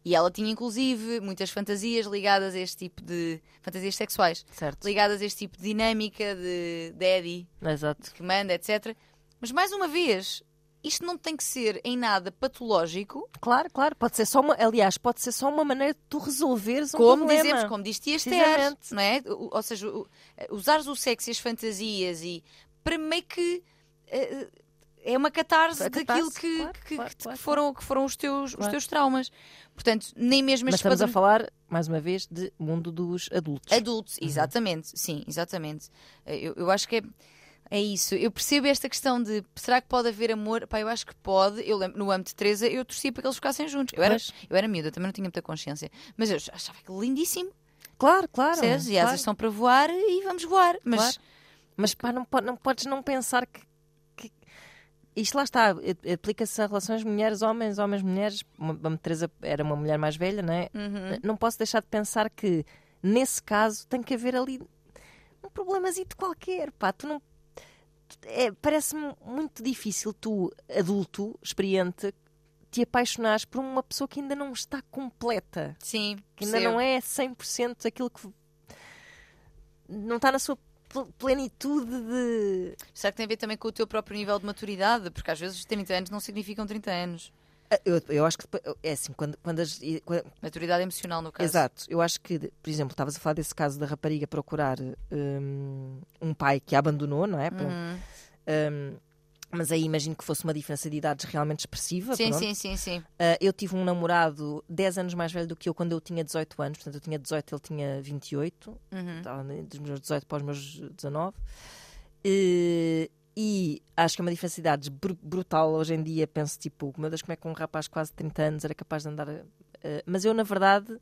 Speaker 3: E ela tinha, inclusive, muitas fantasias ligadas a este tipo de. fantasias sexuais,
Speaker 2: Certo.
Speaker 3: ligadas a este tipo de dinâmica de daddy
Speaker 2: Exato.
Speaker 3: que manda, etc. Mas mais uma vez, isto não tem que ser em nada patológico,
Speaker 2: Claro, claro, pode ser só uma, aliás, pode ser só uma maneira de tu resolveres um
Speaker 3: como
Speaker 2: problema.
Speaker 3: dizemos, como diz Tia Esther,
Speaker 2: Precisamente.
Speaker 3: não é? O- Ou seja, o- usares o sexo e as fantasias e para meio que eh, é uma catarse
Speaker 2: É
Speaker 3: daquilo
Speaker 2: catarse,
Speaker 3: que,
Speaker 2: claro,
Speaker 3: que-
Speaker 2: claro,
Speaker 3: que
Speaker 2: claro,
Speaker 3: foram, que foram os, teus, os
Speaker 2: Claro.
Speaker 3: teus traumas. Portanto, nem mesmo
Speaker 2: Mas
Speaker 3: este
Speaker 2: estamos a
Speaker 3: padrão.
Speaker 2: falar, mais uma vez, de mundo dos adultos. Uhum.
Speaker 3: Adultos, exatamente, sim, exatamente. Eu, eu acho que é, é isso. Eu percebo esta questão de será que pode haver amor? Pá, eu acho que pode. Eu lembro, no âmbito de Teresa, eu torcia para que eles ficassem juntos. Eu era,
Speaker 2: Pois.
Speaker 3: eu era miúda, também não tinha muita consciência. Mas eu achava que lindíssimo.
Speaker 2: Claro, claro.
Speaker 3: percebes? E
Speaker 2: claro.
Speaker 3: asas são para voar e vamos voar. Mas
Speaker 2: Claro. Mas pá, não, po- não podes não pensar que. que- Isto lá está, a- aplica-se a relações mulheres-homens, homens-mulheres. Uma- A Teresa era uma mulher mais velha, não é?
Speaker 3: Uhum.
Speaker 2: Não posso deixar de pensar que, nesse caso, tem que haver ali um problemazito qualquer. Pá, tu não. é- Parece-me muito difícil tu, adulto, experiente, te apaixonares por uma pessoa que ainda não está completa
Speaker 3: sim,
Speaker 2: que ainda
Speaker 3: percebo.
Speaker 2: não é 100% aquilo que não está na sua pl- plenitude de.
Speaker 3: Será que tem a ver também com o teu próprio nível de maturidade? Porque às vezes os 30 anos não significam 30 anos.
Speaker 2: Ah, Eu, eu acho que depois- é assim, quando, quando as. e- quando-
Speaker 3: Maturidade emocional, no caso.
Speaker 2: exato, eu acho que, de- por exemplo, estavas a falar desse caso da rapariga procurar hum, um pai que a abandonou, não é? Pronto.
Speaker 3: Uhum.
Speaker 2: Hum, mas aí imagino que fosse uma diferença de idades realmente expressiva.
Speaker 3: Sim,
Speaker 2: pronto.
Speaker 3: sim, sim, sim.
Speaker 2: Ah, eu tive um namorado 10 anos mais velho do que eu quando eu tinha 18 anos, portanto eu tinha 18, ele tinha 28.
Speaker 3: Uhum.
Speaker 2: Estava ne- dos meus 18 para os meus 19. Eh, E, acho que é uma diferença de idades br- brutal hoje em dia. Penso, tipo, meu Deus, como é que um rapaz de quase 30 anos era capaz de andar. a- eh, mas eu, na verdade,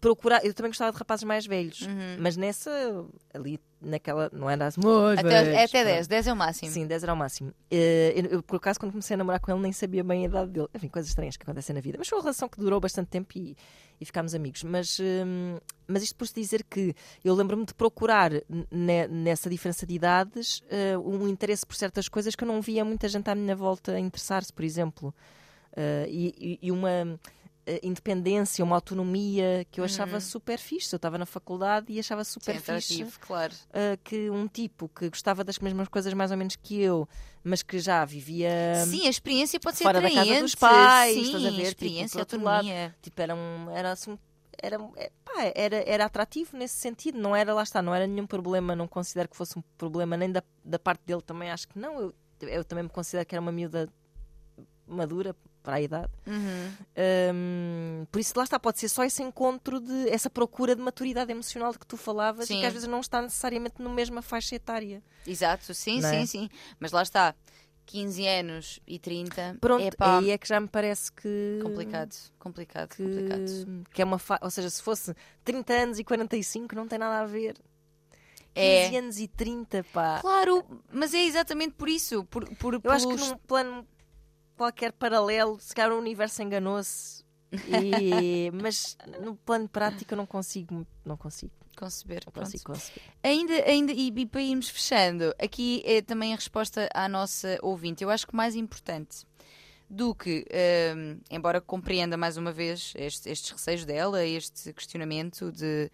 Speaker 2: procurar. Eu também gostava de rapazes mais velhos,
Speaker 3: Uhum.
Speaker 2: mas nessa, ali, naquela. Não era assim. "Oi, velhos",
Speaker 3: Até, até
Speaker 2: pronto.
Speaker 3: 10, 10 é o máximo.
Speaker 2: Sim, 10 era o máximo. Eh, eu, eu, por acaso, quando comecei a namorar com ele, nem sabia bem a idade dele. Enfim, coisas estranhas que acontecem na vida. Mas foi uma relação que durou bastante tempo e, e ficámos amigos. Mas, hum, mas isto por se dizer que eu lembro-me de procurar n- ne- nessa diferença de idades eh, um interesse por certas coisas que eu não via muita gente à minha volta a interessar-se, por exemplo. Eh, e, e- e uma eh, independência, uma autonomia que eu achava super fixe. Eu estava na faculdade e achava super
Speaker 3: Uhum. Sim, então
Speaker 2: fixe
Speaker 3: atrativo, claro.
Speaker 2: uh, que um tipo que gostava das mesmas coisas mais ou menos que eu, mas que já vivia
Speaker 3: Sim, a experiência pode ser
Speaker 2: Hum, fora da
Speaker 3: atraente.
Speaker 2: casa dos pais,
Speaker 3: sim,
Speaker 2: estás a ver, tipo,
Speaker 3: experiência,
Speaker 2: por outro
Speaker 3: autonomia.
Speaker 2: tipo era um era assim era, é, pá, era, era atrativo nesse sentido, não era, lá está, não era nenhum problema, não considero que fosse um problema, nem da, da parte dele também, acho que não. Eu, eu também me considero que era uma miúda madura para a idade.
Speaker 3: Uhum.
Speaker 2: Hum, por isso, lá está, pode ser só esse encontro de essa procura de maturidade emocional de que tu falavas
Speaker 3: Sim.
Speaker 2: e que às vezes não está necessariamente na mesma faixa etária.
Speaker 3: Exato, sim,
Speaker 2: Não
Speaker 3: sim,
Speaker 2: é?
Speaker 3: sim. Mas lá está, 15 anos e 30.
Speaker 2: Pronto,
Speaker 3: é pá,
Speaker 2: aí é que já me parece que.
Speaker 3: complicado, complicado,
Speaker 2: que,
Speaker 3: complicado.
Speaker 2: que é uma fa... Ou seja, se fosse 30 anos e 45, não tem nada a ver. 15
Speaker 3: É.
Speaker 2: anos e 30, pá.
Speaker 3: Claro, mas é exatamente por isso. Por, por,
Speaker 2: Eu acho que
Speaker 3: pelos-
Speaker 2: num plano qualquer paralelo, se calhar o universo enganou-se. [laughs] E- Mas no plano prático eu não consigo, não consigo,
Speaker 3: Conceber.
Speaker 2: não
Speaker 3: pronto.
Speaker 2: consigo conceber.
Speaker 3: Ainda, ainda e, e para irmos fechando, aqui é também a resposta à nossa ouvinte. Eu acho que mais importante do que, hum, embora compreenda mais uma vez este- estes receios dela, este questionamento de,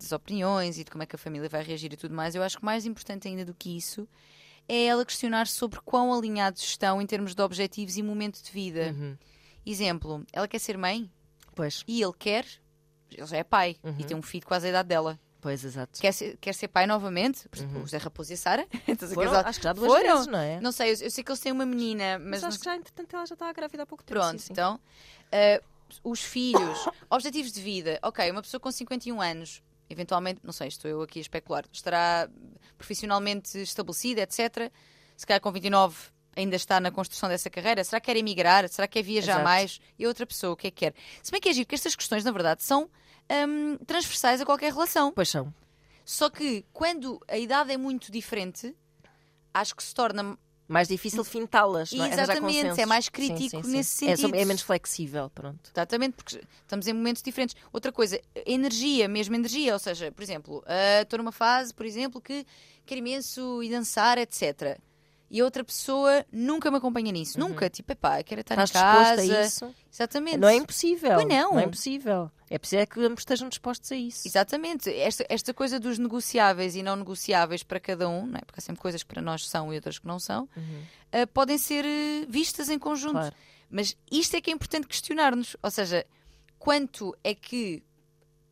Speaker 3: das opiniões e de como é que a família vai reagir e tudo mais, eu acho que mais importante ainda do que isso é ela questionar sobre quão alinhados estão em termos de objetivos e momento de vida.
Speaker 2: Uhum.
Speaker 3: Exemplo, ela quer ser mãe
Speaker 2: Pois,
Speaker 3: e ele quer, ele já é pai
Speaker 2: Uhum.
Speaker 3: e tem um filho quase a idade dela
Speaker 2: pois, exato.
Speaker 3: quer ser, quer ser pai novamente, por exemplo,
Speaker 2: Uhum.
Speaker 3: o Zé Raposo e a Sara. [laughs] Estás a
Speaker 2: Foram-
Speaker 3: casar?
Speaker 2: acho que já duas
Speaker 3: Foram?
Speaker 2: vezes, não é?
Speaker 3: Não sei, eu, eu sei que eles têm uma menina, mas,
Speaker 2: mas,
Speaker 3: não
Speaker 2: acho que já, entretanto, ela já está grávida há pouco tempo.
Speaker 3: Pronto,
Speaker 2: sim, sim.
Speaker 3: então. eh, os filhos, [coughs] objetivos de vida. Ok, uma pessoa com 51 anos, eventualmente, não sei, estou eu aqui a especular, estará profissionalmente estabelecida, etc. Se calhar com 29 ainda está na construção dessa carreira. Será que quer emigrar? Será que quer viajar
Speaker 2: Exato.
Speaker 3: mais? E a outra pessoa, o que é que quer? Se bem que é giro que estas questões, na verdade, são hum, transversais a qualquer relação.
Speaker 2: Pois são.
Speaker 3: Só que quando a idade é muito diferente, acho que se torna.
Speaker 2: Mais difícil fintá-las, não é? Arranjar
Speaker 3: Exatamente,
Speaker 2: consensos.
Speaker 3: é mais
Speaker 2: Sim,
Speaker 3: crítico
Speaker 2: sim, sim.
Speaker 3: nesse
Speaker 2: É, só-
Speaker 3: sentido.
Speaker 2: é menos flexível, pronto.
Speaker 3: Exatamente, porque estamos em momentos diferentes. Outra coisa, energia, mesmo energia. Ou seja, por exemplo, ah, estou numa fase, por exemplo, que quero imenso ir dançar, etc. E a outra pessoa nunca me acompanha nisso. Nunca. Tipo, epá, quero estar
Speaker 2: Uhum. Estás
Speaker 3: em casa.
Speaker 2: disposto a isso?
Speaker 3: Exatamente.
Speaker 2: Não é impossível.
Speaker 3: Pois não.
Speaker 2: é impossível. É preciso é que ambos estejam dispostos a isso.
Speaker 3: Exatamente. Esta, esta coisa dos negociáveis e não negociáveis para cada um, não é? porque há sempre coisas que para nós são e outras que não são, ah, podem ser eh, vistas em conjunto.
Speaker 2: Uhum. Claro.
Speaker 3: Mas isto é que é importante questionar-nos. Ou seja, quanto é que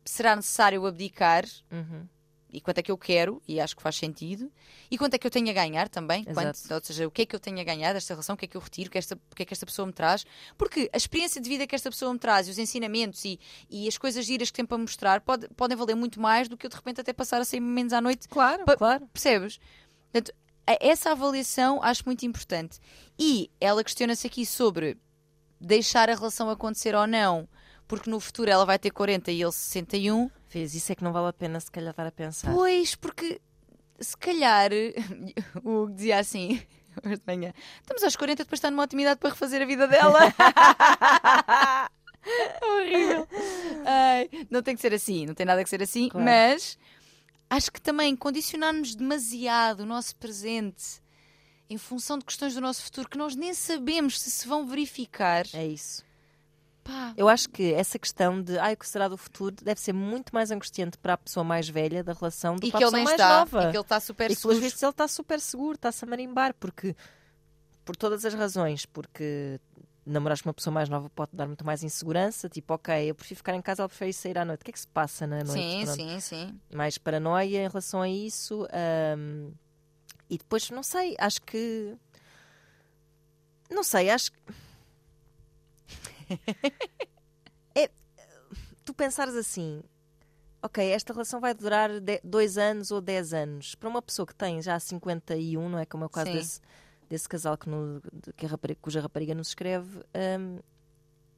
Speaker 3: será necessário abdicar
Speaker 2: Uhum.
Speaker 3: e quanto é que eu quero, e acho que faz sentido, e quanto é que eu tenho a ganhar também,
Speaker 2: Exato.
Speaker 3: quanto- ou seja, o que é que eu tenho a ganhar desta relação, o que é que eu retiro, o que, esta, o que é que esta pessoa me traz, porque a experiência de vida que esta pessoa me traz, e os ensinamentos e, e as coisas giras que tem para mostrar pode- podem valer muito mais do que eu de repente até passar a sair menos à noite
Speaker 2: Claro,
Speaker 3: Pa-
Speaker 2: claro.
Speaker 3: Percebes? Portanto, a- essa avaliação acho muito importante. E ela questiona-se aqui sobre deixar a relação acontecer ou não, porque no futuro ela vai ter 40 e um, ele 61.
Speaker 2: Fez, isso é que não vale a pena se calhar estar a pensar.
Speaker 3: Pois, porque se calhar [laughs] o Hugo dizia assim. [laughs] Hoje de manhã. Estamos aos 40, depois está numa otimidade para refazer a vida dela. [laughs] Horrível. Ai, não tem que ser assim, não tem nada que ser assim,
Speaker 2: Claro.
Speaker 3: mas acho que também condicionarmos demasiado o nosso presente em função de questões do nosso futuro que nós nem sabemos se se vão verificar.
Speaker 2: É isso.
Speaker 3: Pá,
Speaker 2: Eu acho que essa questão de ai, o que será do futuro deve ser muito mais angustiante para a pessoa mais velha da relação do
Speaker 3: e que
Speaker 2: que para a
Speaker 3: ele
Speaker 2: pessoa
Speaker 3: nem
Speaker 2: mais
Speaker 3: está,
Speaker 2: nova.
Speaker 3: e que ele está super
Speaker 2: E pelos
Speaker 3: seguro.
Speaker 2: vistos ele está super seguro, está-se a marimbar, porque por todas as razões, porque namorar com uma pessoa mais nova pode dar muito mais insegurança, tipo, ok, eu prefiro ficar em casa, ela prefere ir sair à noite. O que é que se passa na noite?
Speaker 3: Sim,
Speaker 2: Pronto.
Speaker 3: sim, sim.
Speaker 2: Mais paranoia em relação a isso. ahm, e depois, não sei, acho que. Não sei, acho que. É- tu pensares assim, ok, esta relação vai durar de- dois anos ou dez anos. Para uma pessoa que tem já 51, não é como é o caso
Speaker 3: Sim.
Speaker 2: desse, desse casal que no- de- que a rapariga- cuja rapariga nos escreve, hum,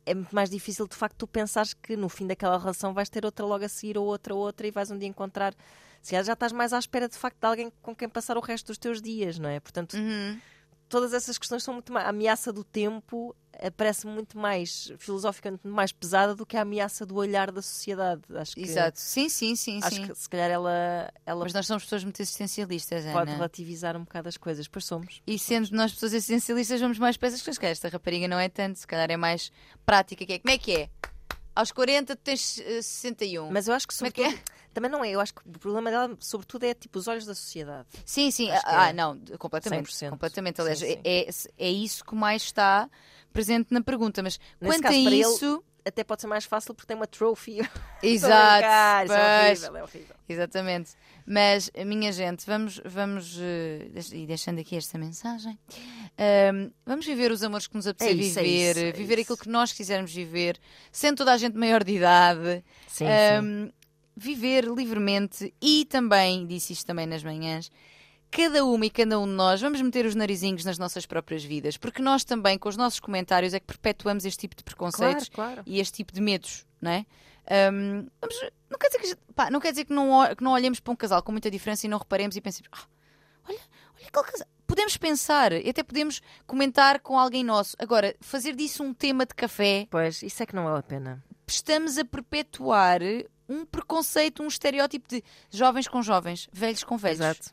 Speaker 2: é muito mais difícil de facto tu pensares que no fim daquela relação vais ter outra logo a seguir ou outra, outra e vais um dia encontrar. Se calhar já estás mais à espera de facto de alguém com quem passar o resto dos teus dias, não é? Portanto,
Speaker 3: Uhum.
Speaker 2: todas essas questões são muito mais. A ameaça do tempo eh, parece muito mais filosoficamente mais pesada do que a ameaça do olhar da sociedade. Acho que,
Speaker 3: Exato. Sim, sim, sim,
Speaker 2: acho
Speaker 3: sim.
Speaker 2: que se calhar ela, ela
Speaker 3: Mas nós somos pessoas muito existencialistas,
Speaker 2: pode
Speaker 3: Ana.
Speaker 2: relativizar um bocado as coisas. Pois somos.
Speaker 3: E sendo nós pessoas essencialistas, vamos mais para essas coisas. Se calhar esta rapariga não é tanto, se calhar é mais prática. Que é, como é que é? Aos 40 tu tens eh, 61.
Speaker 2: Mas eu acho que
Speaker 3: como é que é?
Speaker 2: sobretudo. Também não é, eu acho que o problema dela, sobretudo, é tipo os olhos da sociedade.
Speaker 3: Sim, sim.
Speaker 2: Acho que
Speaker 3: Ah,
Speaker 2: é.
Speaker 3: não, de- completamente.
Speaker 2: 100%.
Speaker 3: Completamente.
Speaker 2: Sim,
Speaker 3: Aliás, é-
Speaker 2: sim.
Speaker 3: É, é isso que mais está presente na pergunta. Mas
Speaker 2: Nesse
Speaker 3: quanto
Speaker 2: caso,
Speaker 3: a
Speaker 2: para ele-
Speaker 3: isso.
Speaker 2: Até pode ser mais fácil porque tem uma trophy. Estou a
Speaker 3: Exato.
Speaker 2: brincar, é um Isso é
Speaker 3: pois.
Speaker 2: horrível, é horrível.
Speaker 3: Exatamente. Mas, minha gente, vamos, vamos eh, deix- e deixando aqui esta mensagem, ahm, vamos viver os amores que nos apetecer
Speaker 2: É isso, é
Speaker 3: viver,
Speaker 2: isso, é
Speaker 3: viver
Speaker 2: isso.
Speaker 3: aquilo que nós quisermos viver, sendo toda a gente maior de idade,
Speaker 2: Sim,
Speaker 3: ahm, viver livremente e também, disse isto também nas manhãs, cada uma e cada um de nós vamos meter os narizinhos nas nossas próprias vidas, porque nós também, com os nossos comentários, é que perpetuamos este tipo de preconceitos
Speaker 2: Claro, claro.
Speaker 3: e este tipo de medos, não é? Ahm, vamos- não quer dizer, que, a gente- pá, não, quer dizer que, não, o- que não olhemos para um casal com muita diferença e não reparemos e pensemos, "Ah, olha, olha aquele casal. Podemos pensar e até podemos comentar com alguém nosso. Agora, fazer disso um tema de café,
Speaker 2: Pois, isso é que não vale a pena.
Speaker 3: estamos a perpetuar um preconceito, um estereótipo de jovens com jovens, velhos com velhos.
Speaker 2: Exato.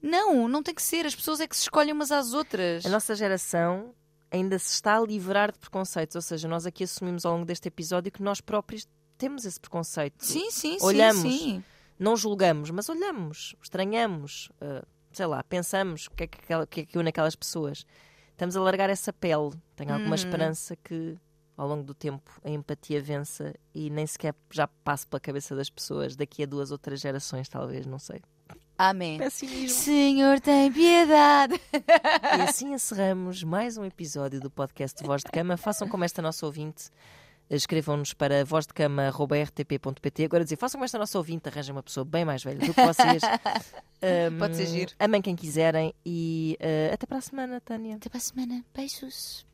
Speaker 3: Não, não tem que ser. As pessoas é que se escolhem umas às outras.
Speaker 2: A nossa geração ainda se está a livrar de preconceitos, ou seja, nós aqui assumimos ao longo deste episódio que nós próprios temos esse preconceito.
Speaker 3: Sim, sim, sim,
Speaker 2: Olhamos.
Speaker 3: sim.
Speaker 2: Não julgamos, mas olhamos, estranhamos, ah, sei lá, pensamos o que é que, aquela- o que é que caiu naquelas pessoas. Estamos a largar essa pele. Tenho alguma
Speaker 3: Uhum.
Speaker 2: esperança que ao longo do tempo a empatia vença e nem sequer já passe pela cabeça das pessoas daqui a duas ou três gerações, talvez, não sei.
Speaker 3: Amém.
Speaker 2: Pessimismo.
Speaker 3: Senhor, tem piedade.
Speaker 2: [laughs] E assim encerramos mais um episódio do podcast Voz de Cama. Façam como esta nossa ouvinte. Escrevam-nos para vozdecama.rtp.pt. Agora dizer, façam como esta nossa ouvinte, arranjem uma pessoa bem mais velha do que vocês. Ahm,
Speaker 3: Pode ser giro.
Speaker 2: Amem quem quiserem e ah, até eh, para a semana, Tânia.
Speaker 3: Até para a semana. Beijos.